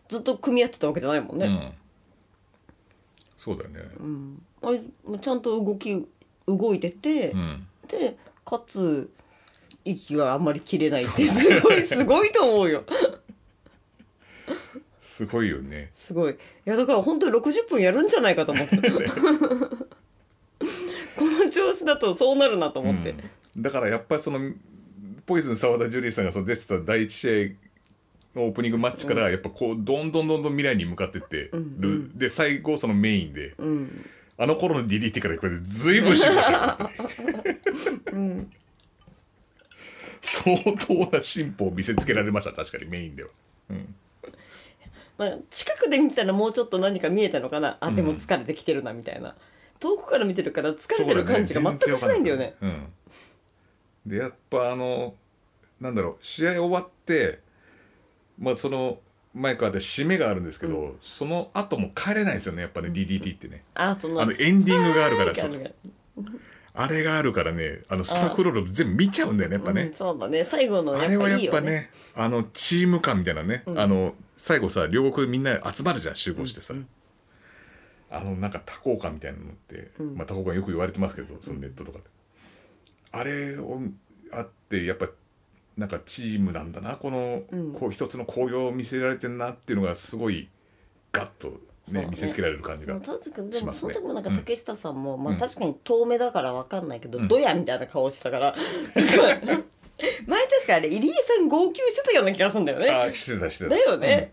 ずっと組み合ってたわけじゃないもん
う
ね、
んそうだよね
あれもうちゃんと動き動いてて、
うん、
でかつ息があんまり切れないってすごいすごいと思うよ
すごいよね
すごいいやだから本当に60分やるんじゃないかと思 ってたこの調子だとそうなるなと思って、
だからやっぱりそのポイズン澤田ジュリーさんがその出てた第一試合のオープニングマッチからやっぱこうどんどんどんどん未来に向かってってる、で最後そのメインで、あの頃の DDT からこれで随分進歩したよ本当に相当な進歩を見せつけられました確かにメインでは
まあ、近くで見てたらもうちょっと何か見えたのかなあでも疲れてきてるなみたいな、遠くから見てるから疲れてる感じが全くしないんだよね。
うん、でやっぱあのなんだろう試合終わってまあそのマイクあって締めがあるんですけど、その後も帰れないですよねやっぱね DDT ってね、
あその
あのエンディングがあるから
あ
そ
る
う
から
あれがあるからねあのスタッフロール全部見ちゃうんだよねやっぱね、
うんそうだね最後の
あ
や
れ
っぱ
はいや
い
っ
よ
ぱ
ね
ねあのチーム感みたいなね、あの最後さ両国みんな集まるじゃん集合してさ、あのなんか多幸感みたいなのって、まあ、多幸感よく言われてますけどそのネットとかで、あれをあってやっぱなんかチームなんだなこの、こう一つの興行を見せられてんなっていうのがすごいガッと
そう
ね
ね
見せつけられる感じ
で
が
も確かにで
し
も
ます
その
ね
時もなんか竹下さんも、まあ確かに遠目だからわかんないけど、ドヤみたいな顔してたから、なんか前確かあれ入江さん号泣してたような気がするんだよね
ああしてたしてた
だよね、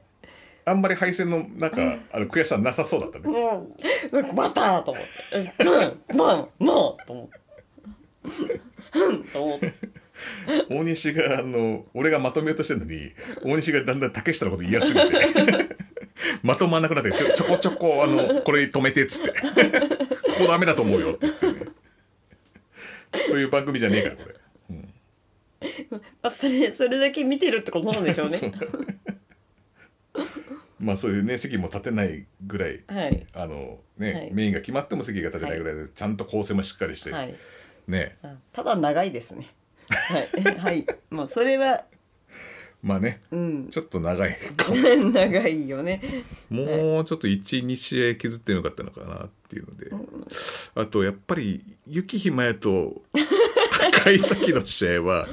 あんまり敗戦のなんかあの悔しさなさそうだったね
うん、なんかまたと思ってうんまあまあと思ってうんと思って
大西があの俺がまとめようとしてるのに大西がだんだん竹下のこと嫌すぎて まとまんなくなってちょちょこちょこあのこれ止めてっつって ここダメだと思うよって言ってね、そういう番組じゃねえからこれ
まあそれそれだけ見てるってことなんでしょうね
まあそういうね席も立てないぐらい、
はい
あのね、
はい
メインが決まっても席が立てないぐらいで、ちゃんと構成もしっかりして、
はい
ね
うんただ長いですねはいはいもうそれは
まあね、
ん
ちょっと長いかも
長いよね
もうちょっと12試合削ってよかったのかなっていうので、あとやっぱり雪ひまやと 高井崎の試合は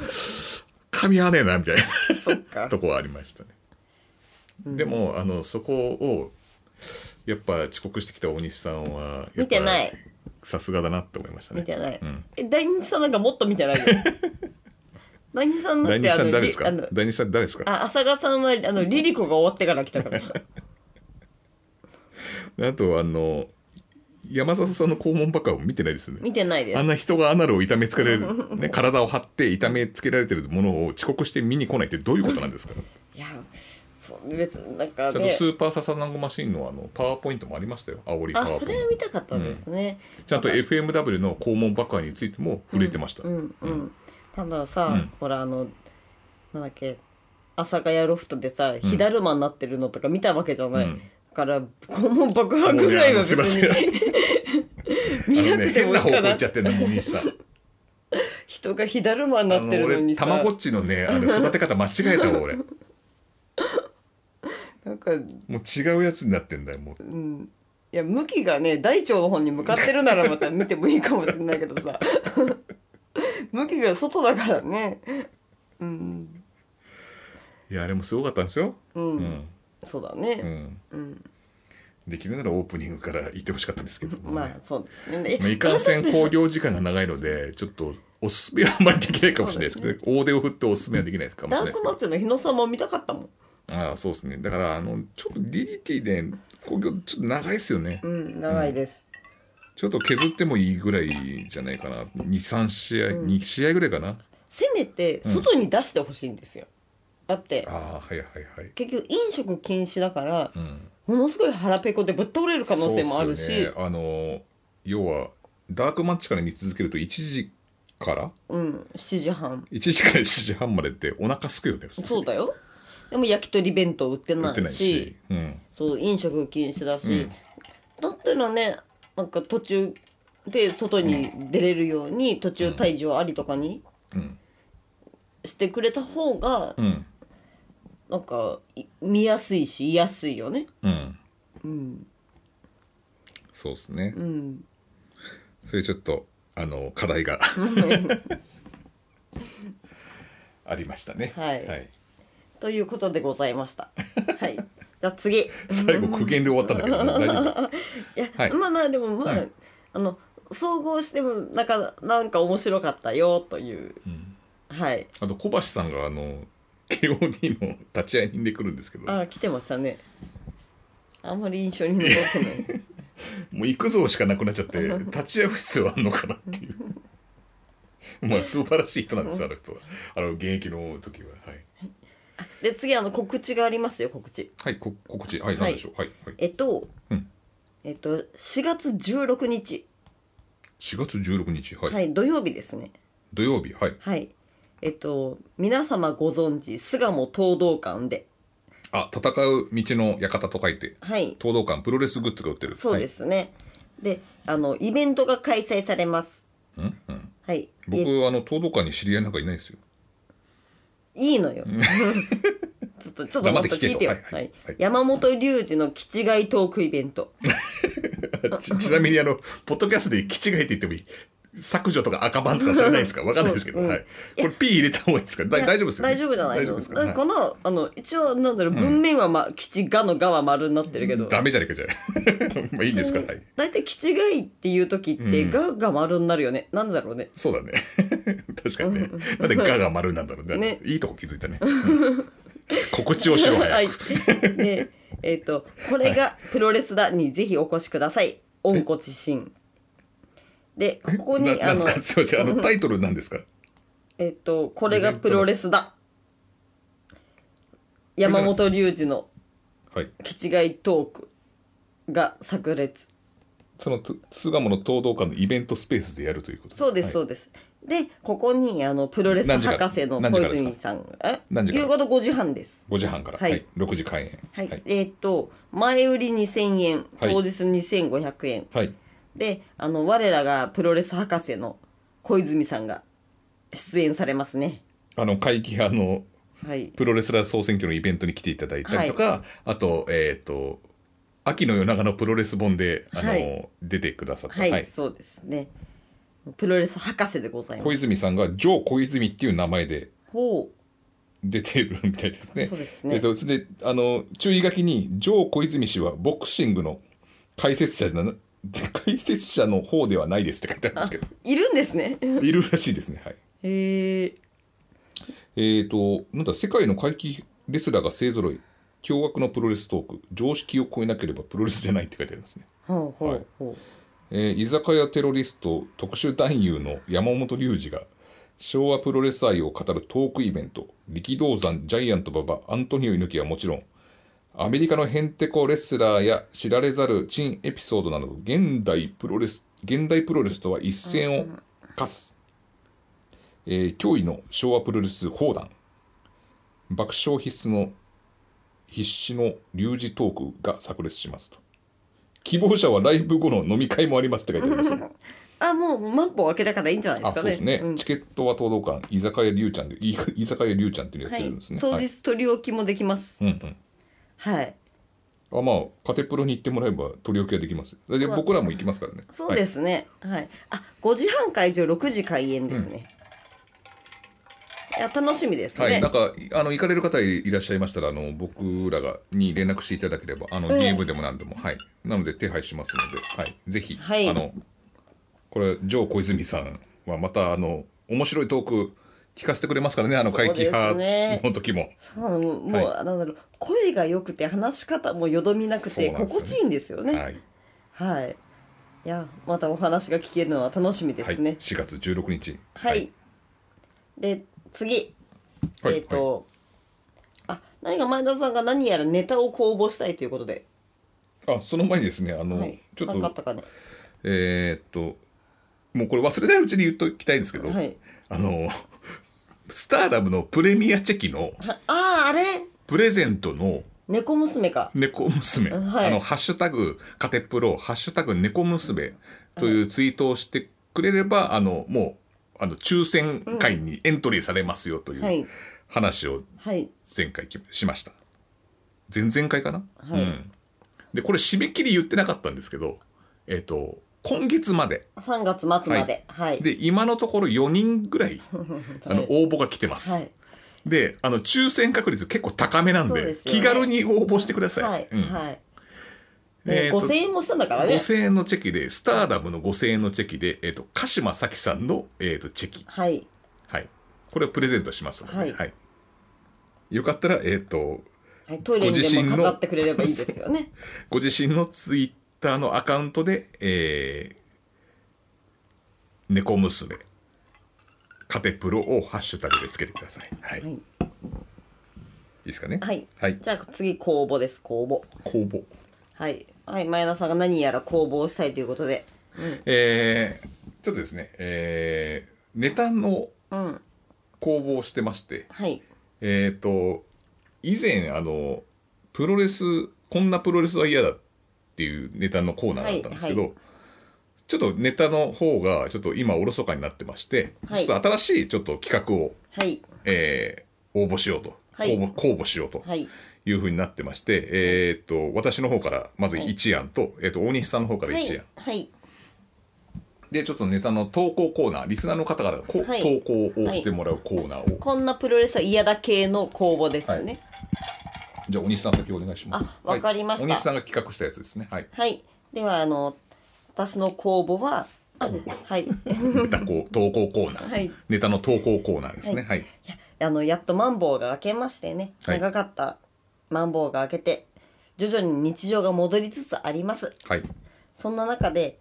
噛み合わねえなみたい
そっか
なとこはありましたね、でもあのそこをやっぱ遅刻してきた大西さんはやっぱ
見てない
さすがだなって思いましたね
見てない、
うん
え大日さんなんかもっと見 てないよ大日さんだ
大
って
西
あ
さん
の
誰です
り
か
あの
大西さん誰ですか
あ浅賀さんはあのリリコが終わってから来たから
あとあの山里さんの肛門ばっかを見てないですよね
見てないです
あんな人がアナルを痛めつけら れる、ね、体を張って痛めつけられてるものを遅刻して見に来ないってどういうことなんですかち
いやそう別になんか
ゃんと
ね
スーパーササナゴマシンのあのパワーポイントもありましたよ煽りパワ
あ
ーポイン
そ
ト
れは見たかったですね、
ちゃんと FMW の肛門爆破についても触れてました、
うんうん、たださ、
うん
ほらあのなんだっけ阿佐ヶ谷ロフトでさ火だるまになってるのとか見たわけじゃない、
うん
だから肛門爆破ぐらいは別
もうねあのすいま
に
あ
見
の
な
ね
くて
変
もい
ない方向
か
行
な
っちゃってんのもうい いさ
人が火だるまに
あ
なっ
の
てるの
俺
に
た
さ
まごっちのねあれ育て方間違えた わ俺も
なんか、う、
う違うやつになってんだよもうん
いや向きがね大腸の方に向かってるなら また見てもいいかもしれないけどさ 向きが外だからねうん
いやあれもすごかったんですよ
うん、
うん、
そうだ
う
ね、
ん、
うん、
できるならオープニングから行ってほしかったんですけどもね、
まあそうですねえ
まあ、いかんせん興行時間が長いのでちょっとおすすめはあんまりできないかもしれないですけど、大手を振っておすすめはできないかもし
ダー
れないで
ク
すけど
マッチの日野さんも見たかったもん。
ああそうですねだからあのちょっと DDT で興行ちょっと長いですよね
うん、長いです。
ちょっと削ってもいいぐらいじゃないかな23試合、二2試合ぐらいかな
せめて外に出してほしいんですよ。だって
ああはいはいはい
結局飲食禁止だから、
うん
ものすごい腹ペコでぶっ倒れる可能性もある
そうっす
し
よね、あの要はダークマッチから見続けると1時から
うん、7時半。
1時から7時半までってお腹すくよね普通
そうだよ。でも焼き鳥弁当売ってな
打
い
て
し、
ないし、うん、
そう飲食禁止だし、
うん
だったらね、なんか途中で外に出れるように、途中退場ありとかに
うん
してくれた方が、
うん
なんかい見やすいし、居やすいよね。
うんそうですね、
うん。
それちょっとあの課題 がありましたね
はいということでございま した。はい。じゃあ次。い
最後苦言で終わったんだ けど、ね、大丈夫
や、
はい
まあまあでもまあ、
はい
あの総合してもなんかなんか面白かったよという、はい。
あと小橋さんがあの KOD の立ち会い人で来るんですけど
あ来てましたね。あんまり印象に残ってない。
もう行くぞしかなくなっちゃって立ち会う必要あんのかなって いうまあ素晴らしい人なんですあの人はあの現役の時ははい、
で次あの告知がありますよ告知。
はい、こ告知はい
はい
何でしょうはい、はい
えっと、
うん
えっと4月16日
4月16日はい、
はい土曜日ですね。
土曜日はい
はい。えっと皆様ご存知巣鴨東道館で
あ戦う道の館と書いて
はい
東道館プロレスグッズが売ってる
そうですね。で、あのイベントが開催されます。
はい、うんうん
はい。
僕
い
あの東道館に知り合いなんかいないです よ
いいのよ。 ちょっとちょっと
黙っ
待
て
って聞
聞けと
いてよ。
はいは
はいい
はい。
山本龍二の気違いトークイベント。
ちちなみにあのポッドキャストで「気違い」って言ってもいい削除とか赤版とかされないですかわかんないですけど、
うん
はい、これ P 入れた方がいいですかだ大丈夫ですよ、ね、
大丈夫じゃない
大
の。
丈夫ですか、
だからこ
は
の、あの一応なんだろう文面はまあ気違がのがは丸になってるけど
い、。ダメじゃねえかじゃあ まあいいですかはい
大体気違いっていう時ってがが丸になるよね。なんだろうね。
そうだね 確かにねなんで「が」が丸なんだろうね
ね
いいとこ気づいたねうん 告知をしろ
は
早
い
く、。
で、えっ、と、これがプロレスだにぜひお越しください。温故知新。で、ここ
な
に、
な
あ
んで
の
す、かすいませんあのタイトルなんですか
えっ、と、これがプロレスだ。
ベント
山本龍二の
はい
気違いトークが炸裂。
そのつ巣鴨の東道館のイベントスペースでやるということ
そうです、
はい
そうです。で、ここに、あの、プロレス
何時から
博士の
何時
小
からですか
泉さん、え
何時から
夕方5時半です。
5時半から、は
はいい
6時開演
はい。えっ、と、前売り2000円、
はい
当日2500円。
はい
であの我らがプロレス博士の小泉さんが出演されますね
あの会期派の
はい
プロレスラー総選挙のイベントに来ていただいたりとか、あとえっ、と秋の夜長のプロレス本であの、
はい
出てくださった、
はい、そうですねプロレス博士でございま
小
す
泉さんが「ジョー小泉」っていう名前で
ほ
出てるみたいですね。
そうですね
えっと、それであの注意書きに「ジョー小泉氏はボクシングの解説者じゃな解説者の方ではないです」って書いてあるんですけど
ういるんですね
いるらしいですね。はい
へえ
えー、と、なんだ、世界の怪奇レスラーが勢ぞろい。驚愕のプロレストーク常識を超えなければプロレスじゃないって書いてありますね、
ほうほうほう、
えー居酒屋テロリスト特殊男優の山本龍二が昭和プロレス愛を語るトークイベント力道山ジャイアント馬場アントニオ猪木はもちろんアメリカのヘンテコレスラーや知られざる珍エピソードなど現代プロレス現代プロレスとは一線を画す、えー驚異の昭和プロレス砲弾爆笑必須の必死の龍二トークが炸裂しますと希望者はライブ後の飲み会もありますって書いてあり ますよ
あもう万歩開けたからいいんじゃないで
あ
すか
そう
ね
ですね、
うん
チケットは東道館居酒屋龍ちゃんでい居酒屋龍ちゃんっていうのや
は
ってる
い
んですね、
当
はい
日取り置きもできます
うんうん
はい
あまあカテプロに行ってもらえば取り置きはできますで僕らも行きますからね、
そうですすね。はい。あ、五時半会場、六時開演ですね。いや、楽しみです
はい、はい
ね
なん。かあの行かれる方いらっしゃいましたらあの僕らがに連絡していただければあの、ゲームでも何でもはいなので手配しますので、はい、ぜひ、
はい
あのこれジョー小泉さんはまたあの面白いトーク聞かせてくれますからねあの
そうで
会
す
期
ね
派の時も。
そうもう、あなんだろう、声が良くて、話し方もよどみなくて、
そうなんですよね
心地いいんですよね。
い
はい。い、や、またお話が聞けるのは楽しみで
はい、
すね。
4月16日。
はい。で、次。
はい
えっ、と。あ、何か前田さんが何やらネタを公募したいということで。
はいあ、その前にですね、あの、
はい。
ちょっ
なんかあった
と、
かね。
えーっと、もうこれ忘れないうちに言っときたいんですけど、
はい
あの、スターダムのプレミアチェキの
はああ、あれ。
プレゼントの
猫娘か。
猫娘、
はい
あの、ハッシュタグ、カテプロ、ハッシュタグ猫娘というツイートをしてくれれば、あの、もう、あの、抽選会にエントリーされますよと
はいいう
話を
はい。
前回きしました前々回かな、
はい
うん、でこれ締め切り言ってなかったんですけどえっ、と今月まで
3月末まで。はい。
で今のところ4人ぐらいあの応募が来てます、
はい
であの抽選確率結構高めなん
そう
で
ですよね
気軽に応募してください、
はい、
うん
はい。
え
ね、
ーと
5000円もしたんだからね。
5000円のチェキでスターダムの5000円のチェキで、えっと鹿島咲さんの、えっとチェキ、
はい。
はい、これをプレゼントしますので、
はい
はいよかったら、えっと
はい、トイレに
ご自
で
身
も
の
かかってくれればいいですよね。
ご自身のツイッターのアカウントで、えー、猫娘、カテプロをハッシュタグでつけてください。はい。
はい
い、いですかね。
はい。
はい。
じゃあ次、公募です、公募。
公募。
はい。はい、前田さんが何やら公募をしたいということで。
えー、ちょっとですね、えー、ネタの
うん。
公募をしてまして、
はい。
えっ、ー、と、以前、あの、プロレス、こんなプロレスは嫌だっていうネタのコーナーだったんですけど、
はい
ちょっとネタの方が、ちょっと今おろそかになってまして、
はい
ちょっと新しいちょっと企画を、
はい。
えー応募しようと、
はい
応募、公募しようと
はい。
いうふうになってまして、えっ、と、私の方からまず1案と、えっ、と、大西さんの方から1
はい。
案。
はい。
で、ちょっとネタの投稿コーナー、リスナーの方からこ、
はい
投稿をしてもらうコーナーを、
こんなプロレスは嫌だ系の公募ですね。
じゃあ大西さん先お願いします。
あわかりました
はい大西さんが企画したやつですね。はい。
はい。では、あの、私の公募は、あ
公
はい。
ネタこう投稿コーナー、
はい
ネタの投稿コーナーですね。はい。
いやあのやっとマンボウが明けましてね
はい
長かったマンボウが明けて徐々に日常が戻りつつあります
はい。
そんな中で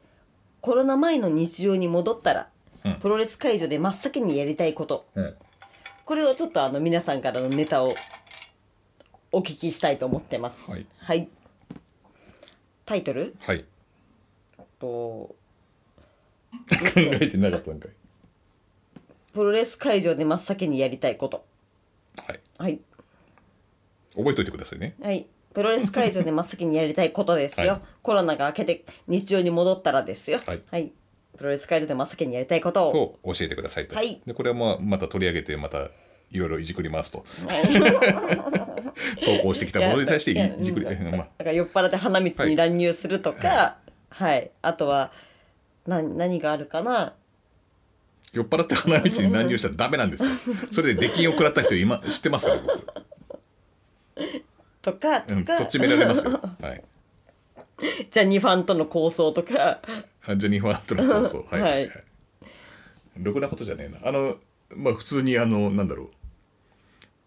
コロナ前の日常に戻ったら、
うん
プロレス会場で真っ先にやりたいこと
うん
これをちょっとあの皆さんからのネタをお聞きしたいと思ってます
はい
タイトル
はい。
と
考えてなかったんかい。
プロレス会場で真っ先にやりたいこと
はい。
はい
覚えておいてくださいね。
はい。プロレス会場で真っ先にやりたいことですよ。
はい
コロナが明けて日常に戻ったらですよ。
はい
プロレス会場で真っ先にやりたいことを。
と教えてくださいと。
はい
でこれはまあまた取り上げてまたいろいろいじくりますと投稿してきたものに対して
いやいや
いじくり、
う
まあ
だから酔っ払って花道に乱入するとか、はい、あとは、な、何があるかな。
酔っ払って花道に乱入したらダメなんです よ。それで出禁を食らった人今知ってますよ僕。
とか、と
うん、
か、
とっちめられますよ。はい。
ジャニファンとの構想と か、
あジェニファー・アントの放送はい、
はい
はい、ろくなことじゃねえなあのまあ普通にあのなんだろう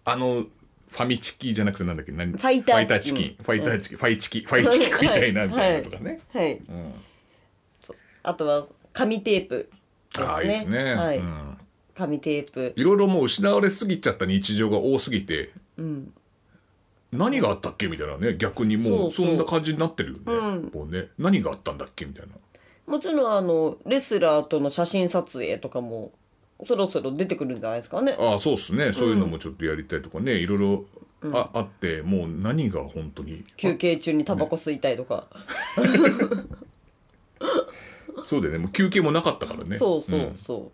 あのファミチキじゃなくてなんだっけ何
ファイター
チ
チ
キ
キ
ン
ン
ファイターチキンファイチキファイチキ食いたいなみたいなとかね、
はい
うん、
あとは紙テープですね
ああいいですね、
はい
うん、
紙テープ
いろいろもう失われすぎちゃった日常が多すぎて
うん
何があったっけみたいなね逆にもう
そ
そ
うん
な感じになってるよね、
うん
もうね何があったんだっけみたいな
もちろんあのレスラーとの写真撮影とかもそろそろ出てくるんじゃないですかね
ああそうですねそういうのもちょっとやりたいとかね、いろいろああってもう何が本当に
休憩中にタバコ吸いたいとか、
そうだよねもう休憩もなかったからね
そうそうんそ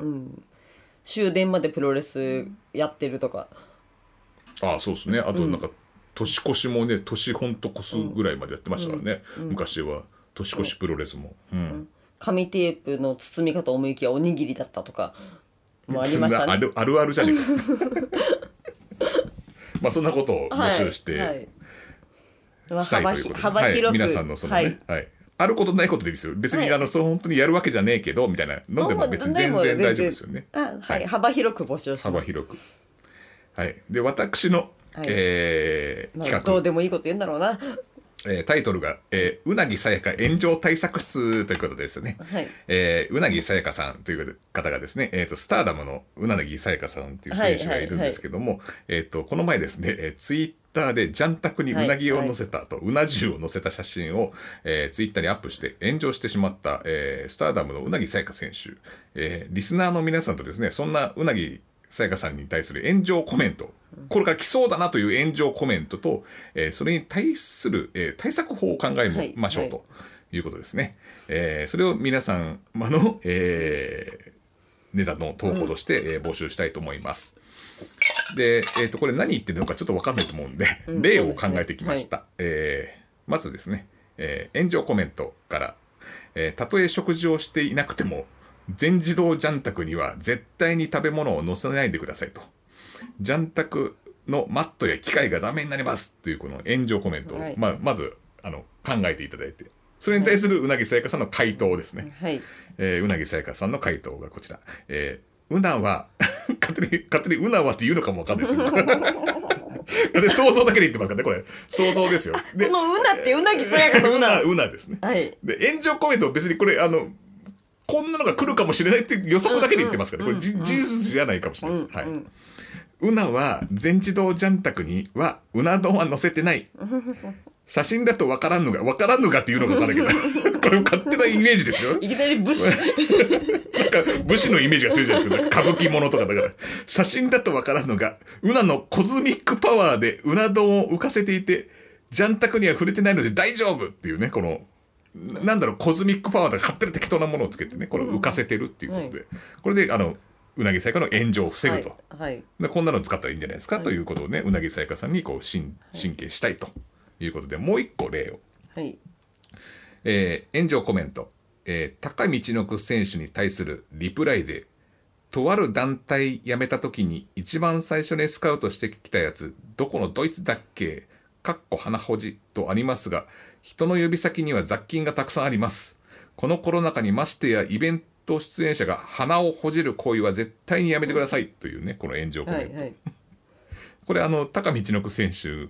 ううん終電までプロレスやってるとか
ああそうですねあとなんか、年越しもね年ほんと越すぐらいまでやってましたからね、昔は年越しプロレスも、うん
紙テープの包み方思いきやおにぎりだったとかもありまし
そんな
た
あ
ね
るあるあるじゃねえか まあそんなことを募集して、
はいはい
したい
まあ
ということで、
幅
は
幅
い
広く、
皆さんのそのね、はいあることないことでいいですよ別に、
はい
あのそう本当にやるわけじゃねえけどみたいなのでも
あ
別に全
もう
然大丈夫ですよね
あはい、
はい
幅広く募集し
幅
ます
広くはいで私の、
はい
えー
まあ
企
どう
画、
でもいいこと言うんだろうな
えータイトルが、えーうなぎさやか炎上対策室」ということですね、
はい
えーうなぎさやかさんという方がですね、えー、とスターダムのうなぎさやかさんという選手がいるんですけども、えー、とこの前ですね、えーツイッターでジャンタクにうなぎを載せたと、うな重を載せた写真を、えーツイッターにアップして炎上してしまった、えースターダムのうなぎさやか選手、えーリスナーの皆さんとですねそんなうなぎさやかさんに対する炎上コメントこれから来そうだなという炎上コメントと、えーそれに対する、えー対策法を考えましょうと。
はい
いうことですね。えーそれを皆さんの、えーネタの投稿として、えー募集したいと思います。で、えー、とこれ何言ってるのかちょっと分かんないと思うんで、
うん
例
そう
を
で
考
すね
えてきました。えーまずですね、えー炎上コメントから、えーたとえ食事をしていなくても、全自動ジャン卓には絶対に食べ物を載せないでくださいと。ジャン卓のマットや機械がダメになりますというこの炎上コメントを、
はい
まあ、まずあの考えていただいて、それに対するうなぎさやかさんの回答ですね。
はい
えーうなぎさやかさんの回答がこちら。えーうなは、 勝手に、勝手にうなはって言うのかもわかん ないですよ。で想像だけで言ってますからね、これ。想像ですよ。で
こ、の うなってうなぎさやかのう
う
な
な、うなですね。
はい
で、炎上コメントを別にこれ、あの、こんなのが来るかもしれないって予測だけで言ってますから、これじ事実じゃないかもしれないです。はい。うなは全自動ジャン卓にはうな丼は載せてない。写真だとわからんのが、わからんのがっていうのがわかるけど、これ勝手なイメージですよ。
いきなり武士
なんか武士のイメージが強いじゃないですか。なんか歌舞伎ものとかだから。写真だとわからんのが、うなのコズミックパワーでうな丼を浮かせていて、ジャンタクには触れてないので大丈夫っていうね、この、ななんだろう、コズミックパワーとか勝手に適当なものをつけてね、これを浮かせてるっていうことで、
は
これで、あの、うなぎさやかの炎上を防
は
ぐ
い
と。
はい
でこんなの使ったらいいんじゃないですか、ということをね、うなぎさやかさんにこう、しん神経したいということで、もう一個例を。
はい
えー炎上コメント、えー高道のく選手に対するリプライで、とある団体辞めた時に一番最初にスカウトしてきたやつ、どこのドイツだっけかっこ鼻ほじとありますが、人の指先には雑菌がたくさんあります。このコロナ禍にましてやイベント出演者が鼻をほじる行為は絶対にやめてくださいというね、この炎上コメン
は
ト。
いはい
これあの高道のく選手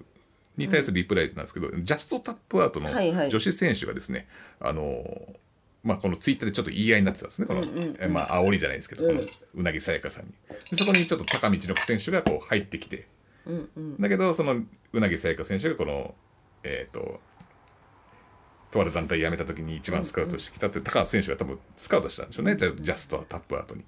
に対するリプライなんですけど、ジャストタップアウトの
はいはい
女子選手がですね、あのーまあ、このツイッターでちょっと言い合いになってたんですねこの、えまあ煽りじゃないですけど、このうなぎさやかさんにでそこにちょっと高道のく選手がこう入ってきて、だけどそのうなぎさやか選手がこのえっ、ととある団体辞めた時に一番スカウトしてきたって、高橋選手が多分スカウトしたんでしょうね、ジャジャストタップアウトに。っ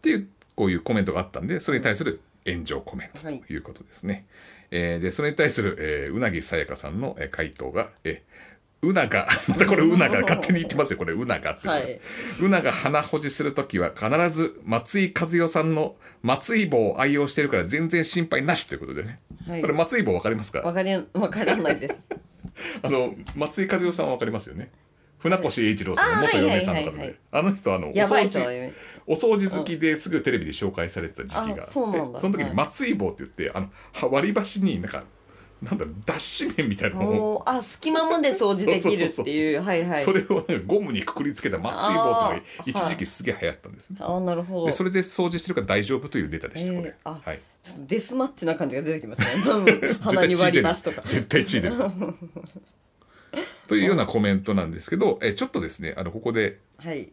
ていうこういうコメントがあったんでそれに対する炎上コメント
はい
ということですね、えーでそれに対する、えーうなぎさやかさんの、えー回答が、えーうなが またこれうなが勝手に言ってますよこれうながって、
はいう
なが鼻ほじするときは必ず松井和代さんの松井棒を愛用してるから全然心配なしということでね、
はい
これ松井棒わかります
わ
か
かりんわからないです
あの松井和代さんはわかりますよね船越英一郎さんの元
あーはい
嫁さんの方
はいはいはい
であの人あのお
やばい
掃
人
除
だね
お掃除好きですぐテレビで紹介されてた時期があって
あそうなんだ
の時に松井棒って言ってあのは割り箸になんかなんだろう脱脂麺みたいなのを、
おーあ隙間まで掃除できるっていうはいはい
それをねゴムにくくりつけた松井棒っていうのが
あー
一時期すげえ流行ったんですね、
あなるほ
で
ど
それで掃除してるから大丈夫というネタでした、
えー
これ
あ
はい
ちょっとデスマッチな感じが出てき ますね鼻に
絶
割り
対
箸とか
血出る絶対血出るというようなコメントなんですけどえちょっとですねあのここで
はい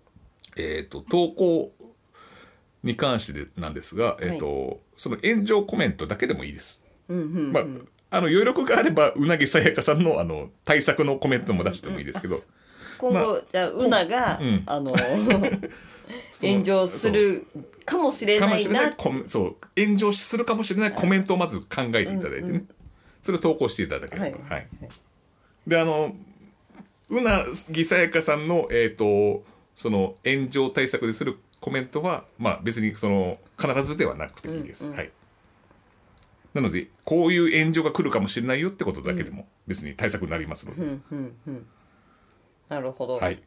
えー、と投稿に関してでなんですが、えーとその炎上コメントだけでもいいです。まああの余力があればうなぎさやかさんのあの対策のコメントも出してもいいですけど、
今後、じゃあうなが、
ん
あ の
その
炎上するかもしれ
そうか
な
もし
い
れな
ない
コメそう炎上するかもしれないコメントをまず考えていただいてね、それを投稿していただければ
は
はい、であのうなぎさやかさんのえっ、とその炎上対策でするコメントはまあ別にその必ずではなくていいです、はいなのでこういう炎上が来るかもしれないよってことだけでも別に対策になりますので、
なるほど、
はい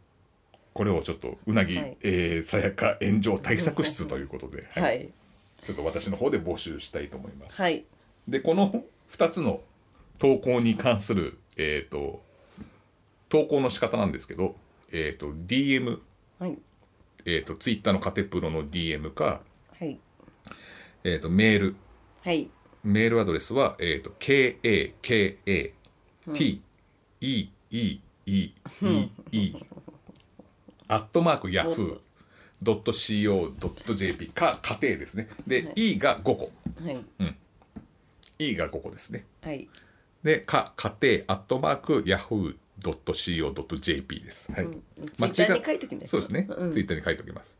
これをちょっとうなぎ、
はい
えーさやか炎上対策室ということで、
はい、はい
ちょっと私の方で募集したいと思います。でこの2つの投稿に関する、えー、と投稿の仕方なんですけど、えー、と DM、
はい
えー、と Twitter のカテプロの DM か、
はい
えー、とメール
はい
メールアドレスは、えー、と KAKATEEEE アットマークヤフー .co.jp か家庭ですね。で、E が5個。
はい、
E が5個ですね。
はい、
で、か、家庭、アットマーク、ヤフー .co.jp です。はい。間違っ
Twitter に書いときね
そうですね。ツイッターに書いておきます。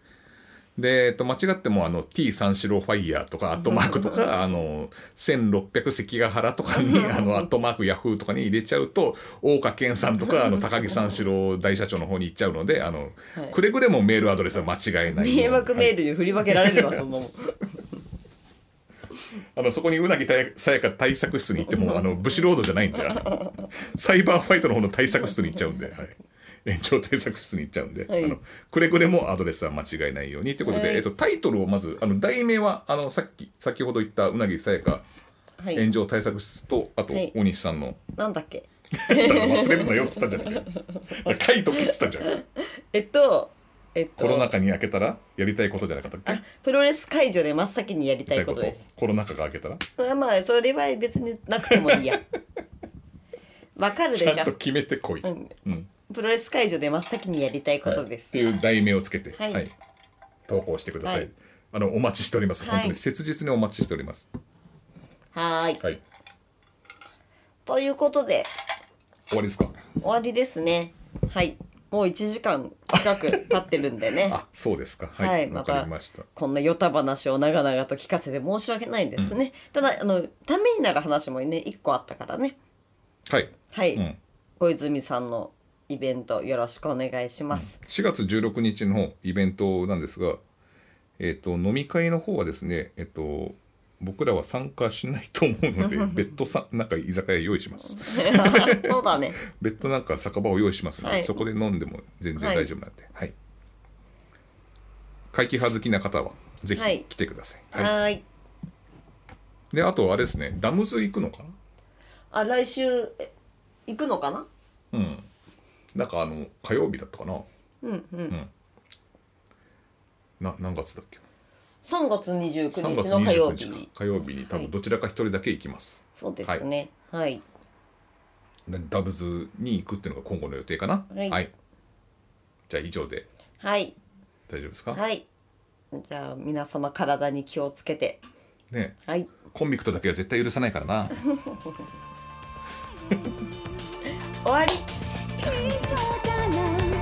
で、えっと、間違っても、あの、T 三四郎ファイヤーとか、アットマークとか、あの、1600関ヶ原とかに、あの、アットマーク、ヤフーとかに入れちゃうと、大岡健さんとか、あの、高木三四郎大社長の方に行っちゃうので、あの、
はい
くれぐれもメールアドレスは間違えないように。
迷惑メールに振り分けられるわそんなもん
あの、そこにうなぎたやさやか対策室に行っても、あの、武士ロードじゃないんで、あのサイバーファイトの方の対策室に行っちゃうんで、はい。延長対策室に行っちゃうんで、
はい
あの、くれぐれもアドレスは間違いないようにということで、
はい
えっと、タイトルをまず、あの、題名は、あの、さっき、先ほど言ったうなぎさやか
はい
炎上対策室と、あと
はい、
大西さんの、
なんだっけ
忘れるなよっつった じゃんね。書いとけっつったじゃん。
えっとえっと
コロナ禍に明けたら、やりたいことじゃなかったっけ
あプロレス会場で真っ先にやりたいことです
コロナ禍が明けたら
まあそれは別になくても いいやわかるで
ち
し
ゃんと
ょ
決めてこい。
ん
うん。
プロレス会場で真っ先にやりたいことで
っ
す
ていう題名をつけて、
は
はいい投稿してください、
はい
あのお待ちしております、
はい
本当に切実にお待ちしております
はーい
はい
ということで
終わりですか
終わりですねはいもう1時間近く経ってるんでね
あそうですか
は
はいい
ま
わ、
た
かりました
こんなヨタ話を長々と聞かせて申し訳ないですね、ただあのためになる話もね1個あったからね
はい、
はい、
うん、
小泉さんのイベントよろしくお願いします、
4月16日のイベントなんですがえっ、と飲み会の方はですねえっ、と僕らは参加しないと思うので 別途さなんか居酒屋用意します
そうだ ね
別途なんか酒場を用意しますので、
はい
そこで飲んでも全然大丈夫なんではい、会期派好きな方はぜ
はい
ひ来てください、
はーい
であとあれですねダムズ行くのか
あ来週え行くのかな
なうんなんかあの火曜日だったかな
うんうん
な何月だっけ
3月29
3
日
月
の火曜
29
日
日か火曜日に多分どちらか一人だけ行きます、
そうですねはい、
でダムズに行くっていうのが今後の予定かな
はい
じゃあ以上で
はい
大丈夫ですか、
はいじゃあ皆様体に気をつけて
ね
はい
コンビクトだけは絶対許さないからな
終わり
「ひそかな